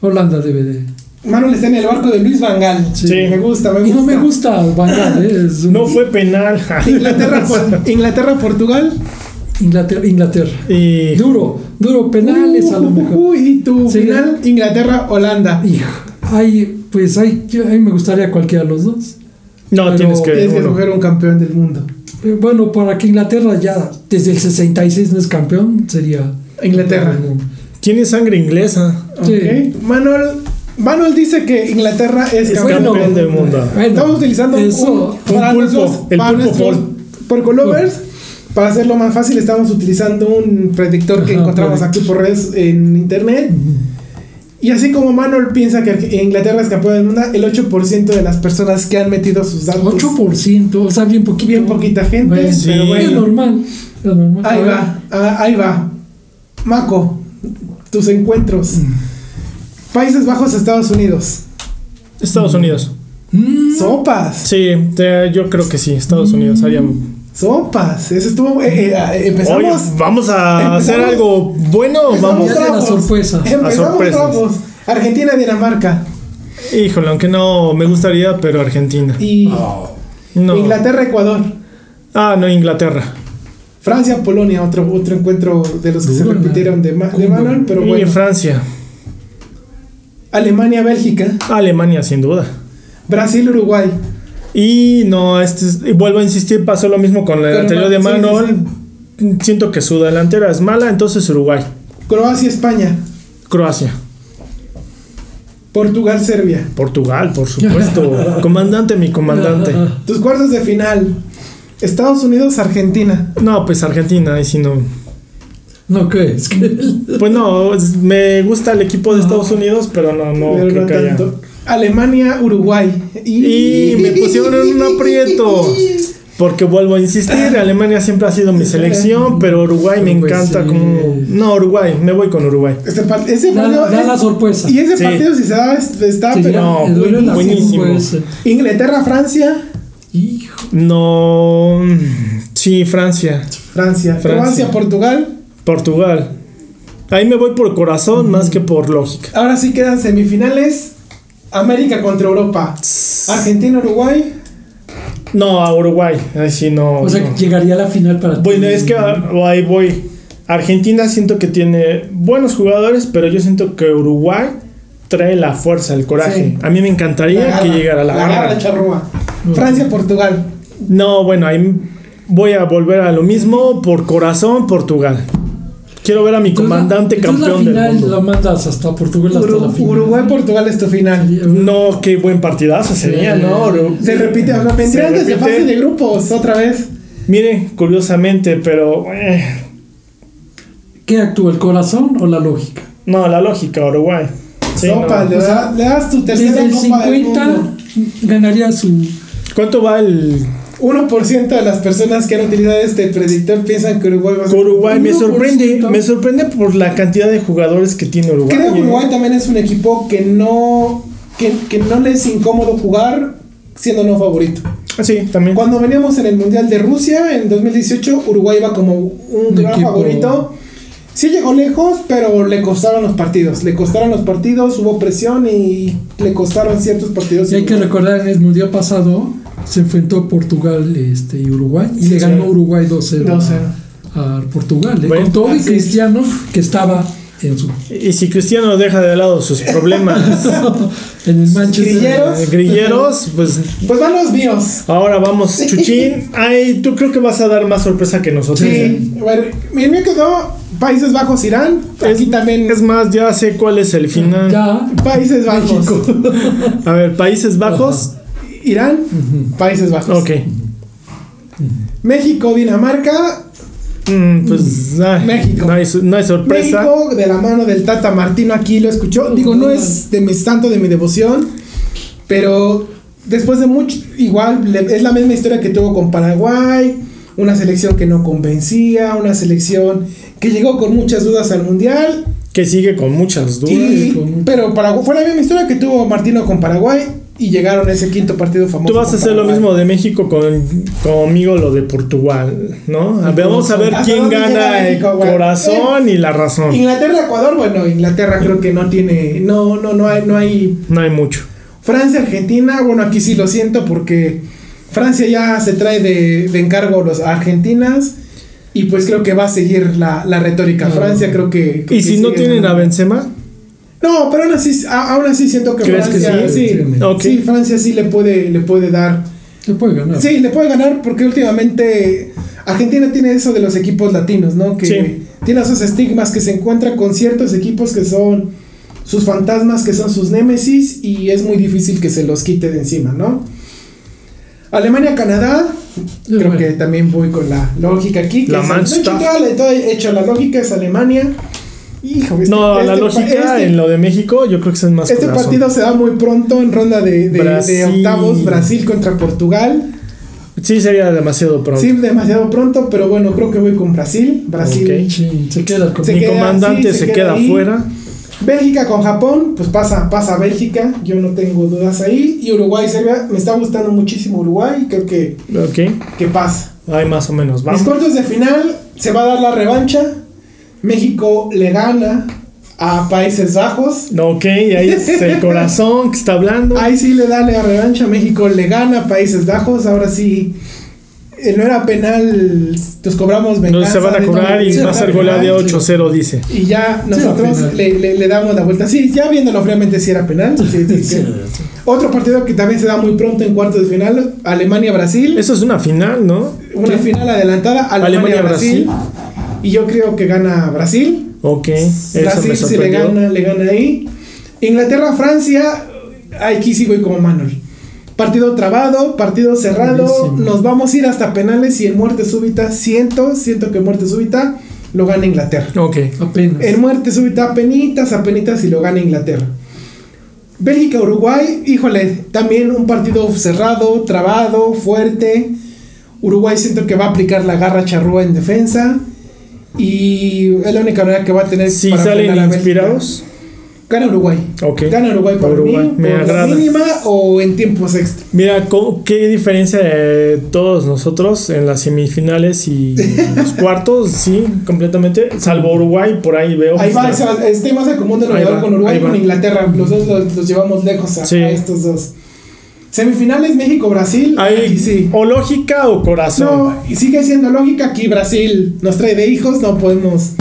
Holanda debe de.
Manuel está en el barco de Luis Van Gaal.
Sí.
Me gusta, me gusta.
Y no me gusta Van Gaal, ¿eh? Es un-
No fue penal.
Inglaterra, por- Inglaterra, Portugal.
Inglaterra, Inglaterra.
y
Duro, duro, penales a lo mejor.
Uh,
Uh.
Uy, y tu
Sí.
final, Inglaterra, Holanda.
Hijo, ay, pues ay, yo- ay, me gustaría cualquiera de los dos.
no,
Pero
tienes que
Tienes que
uno.
escoger un campeón del mundo.
Eh, Bueno, para que Inglaterra ya desde el 66 no es campeón, sería
Inglaterra.
Tiene sangre inglesa.
Ok.
Sí.
Manuel, Manuel dice que Inglaterra es
Es
campeón.
campeón del mundo.
bueno,
Estamos utilizando un-
eso,
un
para
pulpo,
nuestros-
el
para
pulpo
nuestros
Paul.
porcolovers. Para hacerlo más fácil, estamos utilizando un predictor que
Ajá,
encontramos
correcto.
aquí por redes en internet. Y así como Manuel piensa que Inglaterra es campeón del mundo, el 8% de las personas que han metido sus datos.
8%, o sea, bien poquito.
Pues, Bien poquita gente,
Bueno,
Sí.
pero
Es
bueno.
normal. es normal.
Ahí
A ver,
va, ah, ahí va. Maco, tus encuentros.
Mm.
Países Bajos, Estados Unidos.
Estados Unidos.
mm,
Sopas,
Sí, te- yo creo que sí, Estados Unidos. harían-
sopas. Eso estuvo. eh, eh,
Oye,
empezamos.
¿vamos a
Empezamos.
hacer algo bueno o vamos?
Ya de la sorpresa.
Empezamos
A sorpresas.
trapos. Argentina, Dinamarca.
Híjole, aunque no me gustaría, pero Argentina.
Y
Ah, No.
Inglaterra, Ecuador.
Ah, no, Inglaterra.
Francia, Polonia. Otro, otro encuentro de los que se
Duro, ¿no?
repitieron de, ma- de
Duro.
Manuel, pero
y
bueno.
Francia.
Alemania, Bélgica.
Alemania, sin duda.
Brasil, Uruguay.
Y no, este es- y vuelvo a insistir, pasó lo mismo con el
Con
anterior de
Ma- sí,
Manuel. Siento que su delantera es mala, entonces Uruguay.
Croacia, España.
Croacia.
Portugal, Serbia.
Portugal, por supuesto. comandante, mi comandante.
ah,
Tus cuartos de final. Estados Unidos, Argentina.
No, pues Argentina, ahí sí no.
No crees que.
Pues no, es- me gusta el equipo de Estados Unidos, pero no, no
pero
creo
no
que haya.
tanto. Alemania, Uruguay.
Y me pusieron en un aprieto. Porque vuelvo a insistir, Alemania siempre ha sido mi selección, pero Uruguay me
Pues
encanta
sí.
como... No, Uruguay, me voy con Uruguay.
Este par- ese
Da,
partido
da
es-
la sorpresa.
y ese
Sí.
partido, si se da, es- está,
Sí,
pero.
no,
me duele la
buenísimo.
zumba ese.
Inglaterra, Francia.
Hijo.
No... mm, Sí, Francia,
Francia.
Francia.
Francia, Portugal.
Portugal. Ahí me voy por corazón más que por lógica.
Ahora sí quedan semifinales. América contra Europa. Argentina, Uruguay.
No, a Uruguay, ahí sí no...
O sea,
Oh, no.
que llegaría a la final para ti.
Bueno, es que ah, ahí voy. Argentina siento que tiene buenos jugadores, pero yo siento que Uruguay trae la fuerza, el coraje.
Sí.
A mí me encantaría
La garra,
que llegara la,
La
garra.
garra, charrúa. Francia-Portugal.
No, bueno, ahí voy a volver a lo mismo. Por corazón, Portugal. Quiero ver a mi comandante
Entonces,
campeón
la final
del mundo.
la mandas hasta Portugal hasta la final.
Uruguay-Portugal es tu final.
No, qué buen partidazo sería,
Sí.
¿no? Uru-
Se repite, o sea, vendrían
Se
desde
repite.
fase de grupos otra vez.
Mire, curiosamente, pero. eh,
¿Qué actúa, el corazón o la lógica?
no, la lógica, Uruguay. Sí,
Sopa,
no. pues,
le,
O sea,
da- le das tu tercera
Desde el
copa del
50
mundo.
ganaría su...
¿Cuánto va el
1% de las personas que han utilizado este predictor piensan que Uruguay va a ser.
Uruguay? Me sorprende,
1%.
me sorprende por la cantidad de jugadores que tiene Uruguay.
Creo que Uruguay también es un equipo que no, que, que no le es incómodo jugar siendo no favorito.
Ah, Sí, también.
Cuando veníamos en el Mundial de Rusia en 2018, Uruguay iba como un
Un
gran
equipo.
favorito. Sí llegó lejos, pero le costaron los partidos. Le costaron los partidos, hubo presión y le costaron ciertos partidos.
Y hay que recordar, en el Mundial pasado se enfrentó Portugal este, y Uruguay y
Sí,
le
sí.
ganó Uruguay 2-0
2-0.
a, a Portugal. ¿eh?
Bueno,
con todo
así
y
es.
Cristiano que estaba en, su,
Y si Cristiano deja de lado sus problemas
en el Manchester.
Grilleros.
eh, grilleros, pues
Pues van los míos.
ahora vamos, Chuchín. Ay, tú creo que vas a dar más sorpresa que nosotros. ¿eh?
Sí, bueno, el mío quedó Países Bajos-Irán. Aquí también
Es más, ya sé cuál es el final.
Ya,
Países Bajos.
México.
A ver, Países Bajos.
Irán, Países Bajos.
Ok.
México, Dinamarca.
Mm, pues ay,
México.
No, hay, su- no hay sorpresa.
México de la mano del Tata Martino aquí lo escuchó. Digo, no es de mis tanto de mi devoción, pero después de mucho, igual le- es la misma historia que tuvo con Paraguay, una selección que no convencía, una selección que llegó con muchas dudas al mundial,
Que sigue con muchas dudas.
y-
con-
pero Paraguay fue la misma historia que tuvo Martino con Paraguay y llegaron a ese quinto partido famoso.
Tú vas a
con
hacer lo
Paraguay.
mismo de México con, conmigo lo de Portugal, ¿no? A ver, Vamos a ver
¿Hasta
quién
dónde llega
gana el
México, güey?
corazón y la razón.
Inglaterra, Ecuador, bueno, Inglaterra creo que no tiene, no, no, no hay, no hay
No hay mucho.
Francia, Argentina, bueno, aquí sí lo siento porque Francia ya se trae de, de encargo los argentinas y pues creo que va a seguir la, la retórica.
Ah.
Francia creo que... creo que
Y si no
sigue
tienen a
ganando.
Benzema,
No, pero aún así, a- aún así siento que
¿Crees que
Francia
sí?
sí,
Sí,
ok.
sí, Francia sí le puede, le puede dar.
se puede ganar.
Sí, le puede ganar porque últimamente Argentina tiene eso de los equipos latinos, ¿no? Que
Sí.
tiene esos estigmas que se encuentra con ciertos equipos que son sus fantasmas, que son sus némesis y es muy difícil que se los quite de encima, ¿no? Alemania, Canadá, creo
bueno.
que también voy con la lógica aquí. que
La
es-
Mannschaft.
de hecho, toda la- toda- de hecho, la lógica es Alemania. Hijo, este-
no, la
este pa-
lógica
este-
en lo de México, yo creo que es más
este
corazón.
partido se da muy pronto en ronda de, de- de
Brasil.
octavos, Brasil contra Portugal.
Sí, sería demasiado pronto.
Sí, demasiado pronto, pero bueno, creo que voy con Brasil. Brasil.
Ok.
Sí, se queda con
Se
Mi
queda,
comandante
sí, se
se, queda,
queda ahí.
fuera.
Bélgica con Japón, pues pasa, pasa Bélgica, yo no tengo dudas ahí. Y Uruguay, Serbia, me está gustando muchísimo Uruguay, creo que,
Ok.
que pasa.
Ahí más o menos.
Mis
Vamos.
cuartos de final, se va a dar la revancha. México le gana a Países Bajos.
Ok, ahí es el corazón que está hablando.
Ahí sí le da la revancha, México le gana a Países Bajos, ahora sí. eh, No era penal, nos cobramos
No
venganza.
se van a
de-
cobrar y
Sí,
va a
era
ser
penal.
goleada de
sí.
8-0, dice.
Y ya
Sí,
nosotros
era penal.
le, le- le damos la vuelta. Sí, ya viéndolo fríamente, si era penal. Sí, sí,
Sí,
sí. Otro partido que también se da muy pronto en cuartos de final: Alemania-Brasil.
Eso es una final, ¿no?
Una final adelantada: Alemania-Brasil. y yo creo que gana Brasil.
Ok, eso me
Brasil, si le
sorprendió.
gana, le gana ahí. Inglaterra-Francia. Aquí sí voy como Manuel. Partido trabado, partido cerrado.
Buenísimo.
Nos vamos a ir hasta penales y en muerte súbita. Siento, siento que en muerte súbita lo gana Inglaterra.
Ok,
Apenas.
En muerte súbita, penitas, apenitas y lo gana Inglaterra. Bélgica, Uruguay, híjole, también un partido cerrado, trabado, fuerte. Uruguay siento que va a aplicar la garra charrúa en defensa. Y es la única manera que va a tener
si
para
salen
frenar a Bélgica.
inspirados,
Gana Uruguay.
ok.
Gana Uruguay para
Uruguay,
mí.
me
por la
agrada.
mínima o en tiempos extra.
Mira, ¿cómo- qué diferencia de todos nosotros en las semifinales y los cuartos, sí, completamente, salvo Uruguay, por ahí veo.
Ahí va,
pues,
o sea, este más de común denominador
Ahí va,
con Uruguay
ahí
y con
va.
Inglaterra. Los dos los, los llevamos lejos a,
Sí.
a estos dos. Semifinales México-Brasil.
ahí,
Aquí sí.
O lógica o corazón.
No, y sigue siendo lógica que Brasil nos trae de hijos, no podemos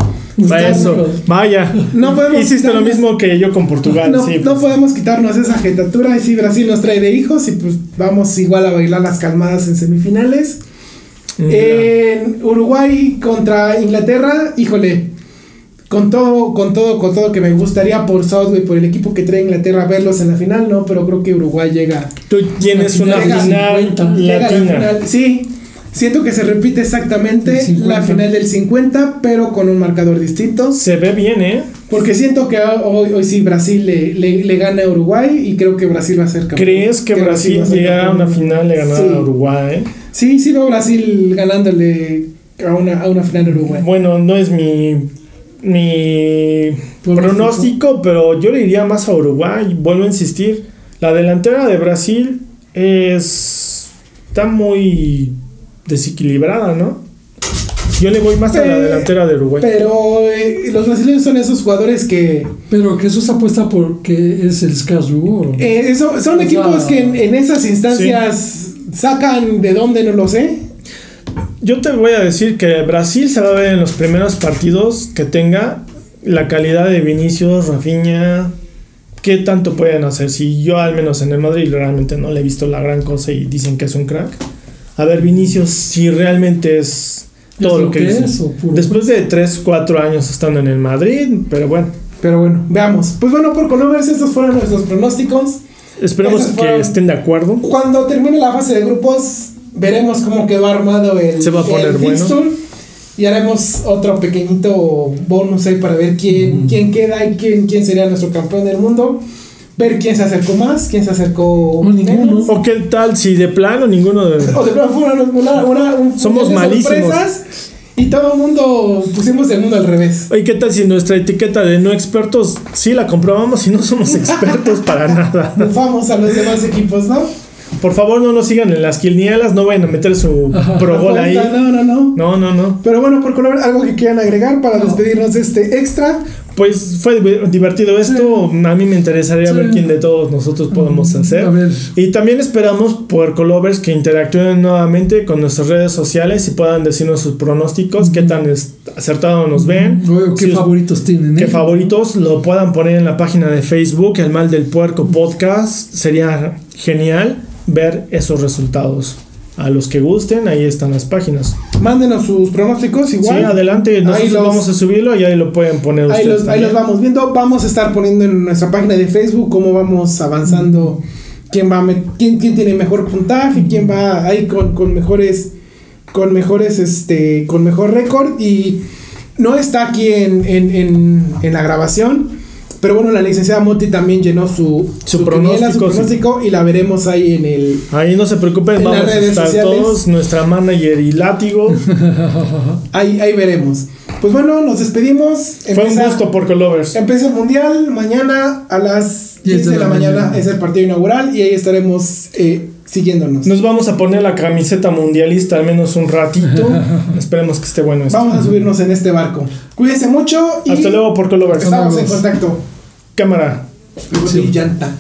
Para eso. Vaya.
No podemos
Hiciste lo
quitarnos-
mismo que yo con Portugal.
No,
sí,
no
pues.
podemos quitarnos esa jetatura y si Brasil nos trae de hijos y pues vamos igual a bailar las calmadas en semifinales.
Mm,
En Uruguay contra Inglaterra, híjole, con todo, con todo, con todo que me gustaría por Southway, por el equipo que trae Inglaterra, verlos en la final, no, pero creo que Uruguay llega,
Tú tienes
La
una
final
final
50.
llega a la
latina.
final. Sí, siento que se repite exactamente
El 50.
la final del 50, pero con un marcador distinto.
Se ve bien, ¿eh?
Porque siento que hoy, hoy sí Brasil le, le- le gana a Uruguay y creo que Brasil va a ser campeón.
¿Crees que
Creo
Brasil
va a ser
llegara a
campeón.
una final le ganara
Sí.
a Uruguay?
Sí, sí veo a Brasil ganándole a una, a una final a Uruguay.
Bueno, no es mi, mi
Pronóstico.
pronóstico, pero yo le iría más a Uruguay. Vuelvo a insistir. La delantera de Brasil es. está muy desequilibrada, ¿no? Yo le voy más a la
Eh,
delantera de Uruguay.
Pero eh, los brasileños son esos jugadores que...
Pero Jesús apuesta porque es el escaso oro.
eh, eso- son
O
equipos
sea-
que en, en esas instancias sacan de dónde, no lo sé.
Yo te voy a decir que Brasil se va a ver en los primeros partidos que tenga la calidad de Vinicius, Rafinha. ¿Qué tanto pueden hacer? Si yo, al menos en el Madrid, realmente no le he visto la gran cosa y dicen que es un crack. A ver, Vinicius, si realmente es todo lo que dicen.
es o puro-
Después de 3, 4 años estando en el Madrid, pero bueno,
Pero bueno, veamos. Pues bueno, por Colombers estos fueron nuestros pronósticos.
esperemos
Esos
que
fueron-
estén de acuerdo.
Cuando termine la fase de grupos, veremos cómo quedó armado el,
Se va a poner
el
bueno.
fixture. Y haremos otro pequeñito bonus ahí para ver quién, quién queda y quién, quién sería nuestro campeón del mundo. Ver quién se acercó más, quién se acercó
O ninguno.
menos.
¿O qué tal si de plano ninguno de...
O de pronto fue una, una- una- un
Somos
mundial de
malísimos.
sorpresas Y todo el mundo pusimos el mundo al revés.
Oye, ¿qué tal si nuestra etiqueta de no expertos sí la comprobamos y no somos expertos para nada?
Mufamos a los demás equipos, ¿no?
Por favor, no nos sigan en las quinielas, no vayan a meter su pro gol ahí.
Apuesta, No, no, no.
No, no, no.
Pero bueno, por color, algo que quieran agregar para
No.
despedirnos de este extra.
Pues fue div- divertido esto. A mí me interesaría
Sí.
ver quién de todos nosotros podemos hacer.
A ver,
Y también esperamos por Colovers que interactúen nuevamente con nuestras redes sociales y puedan decirnos sus pronósticos, qué tan es- acertado nos ven.
o- ¿qué
si us-
favoritos tienen?
que
Mm.
eh?
favoritos lo puedan poner en la página de Facebook, El Mal del Puerco Podcast. Sería genial ver esos resultados. A los que gusten, ahí están las páginas.
Mándenos sus pronósticos
Sí,
igual.
adelante, nosotros
los-
vamos a subirlo y ahí lo pueden poner
ahí,
ustedes.
los, ahí los
también.
vamos viendo. Vamos a estar poniendo en nuestra página de Facebook cómo vamos avanzando. Quién, va a met- quién, quién tiene mejor puntaje, quién va ahí con, con mejores. Con mejores, este. Con mejor récord. Y no está aquí en, en- en- en la grabación. Pero bueno, la licenciada Moti también llenó su,
Su
quiniela, su
pronóstico, sí.
pronóstico, y la veremos ahí en el.
Ahí no se preocupen,
En las
vamos a
redes
estar
sociales.
todos, nuestra manager y látigo.
Ahí, ahí veremos. Pues bueno, nos despedimos.
Fue un
Empieza-
gusto por Colovers.
Empieza el mundial mañana a las 10 de, la, mañana. Es el partido inaugural y ahí estaremos eh, siguiéndonos.
Nos vamos a poner la camiseta mundialista al menos un ratito. Esperemos que esté bueno esto.
Vamos a subirnos en este barco. Cuídense mucho y
Hasta luego por Colovers.
estamos en contacto.
Cámara.
Luego
Sí.
de llanta.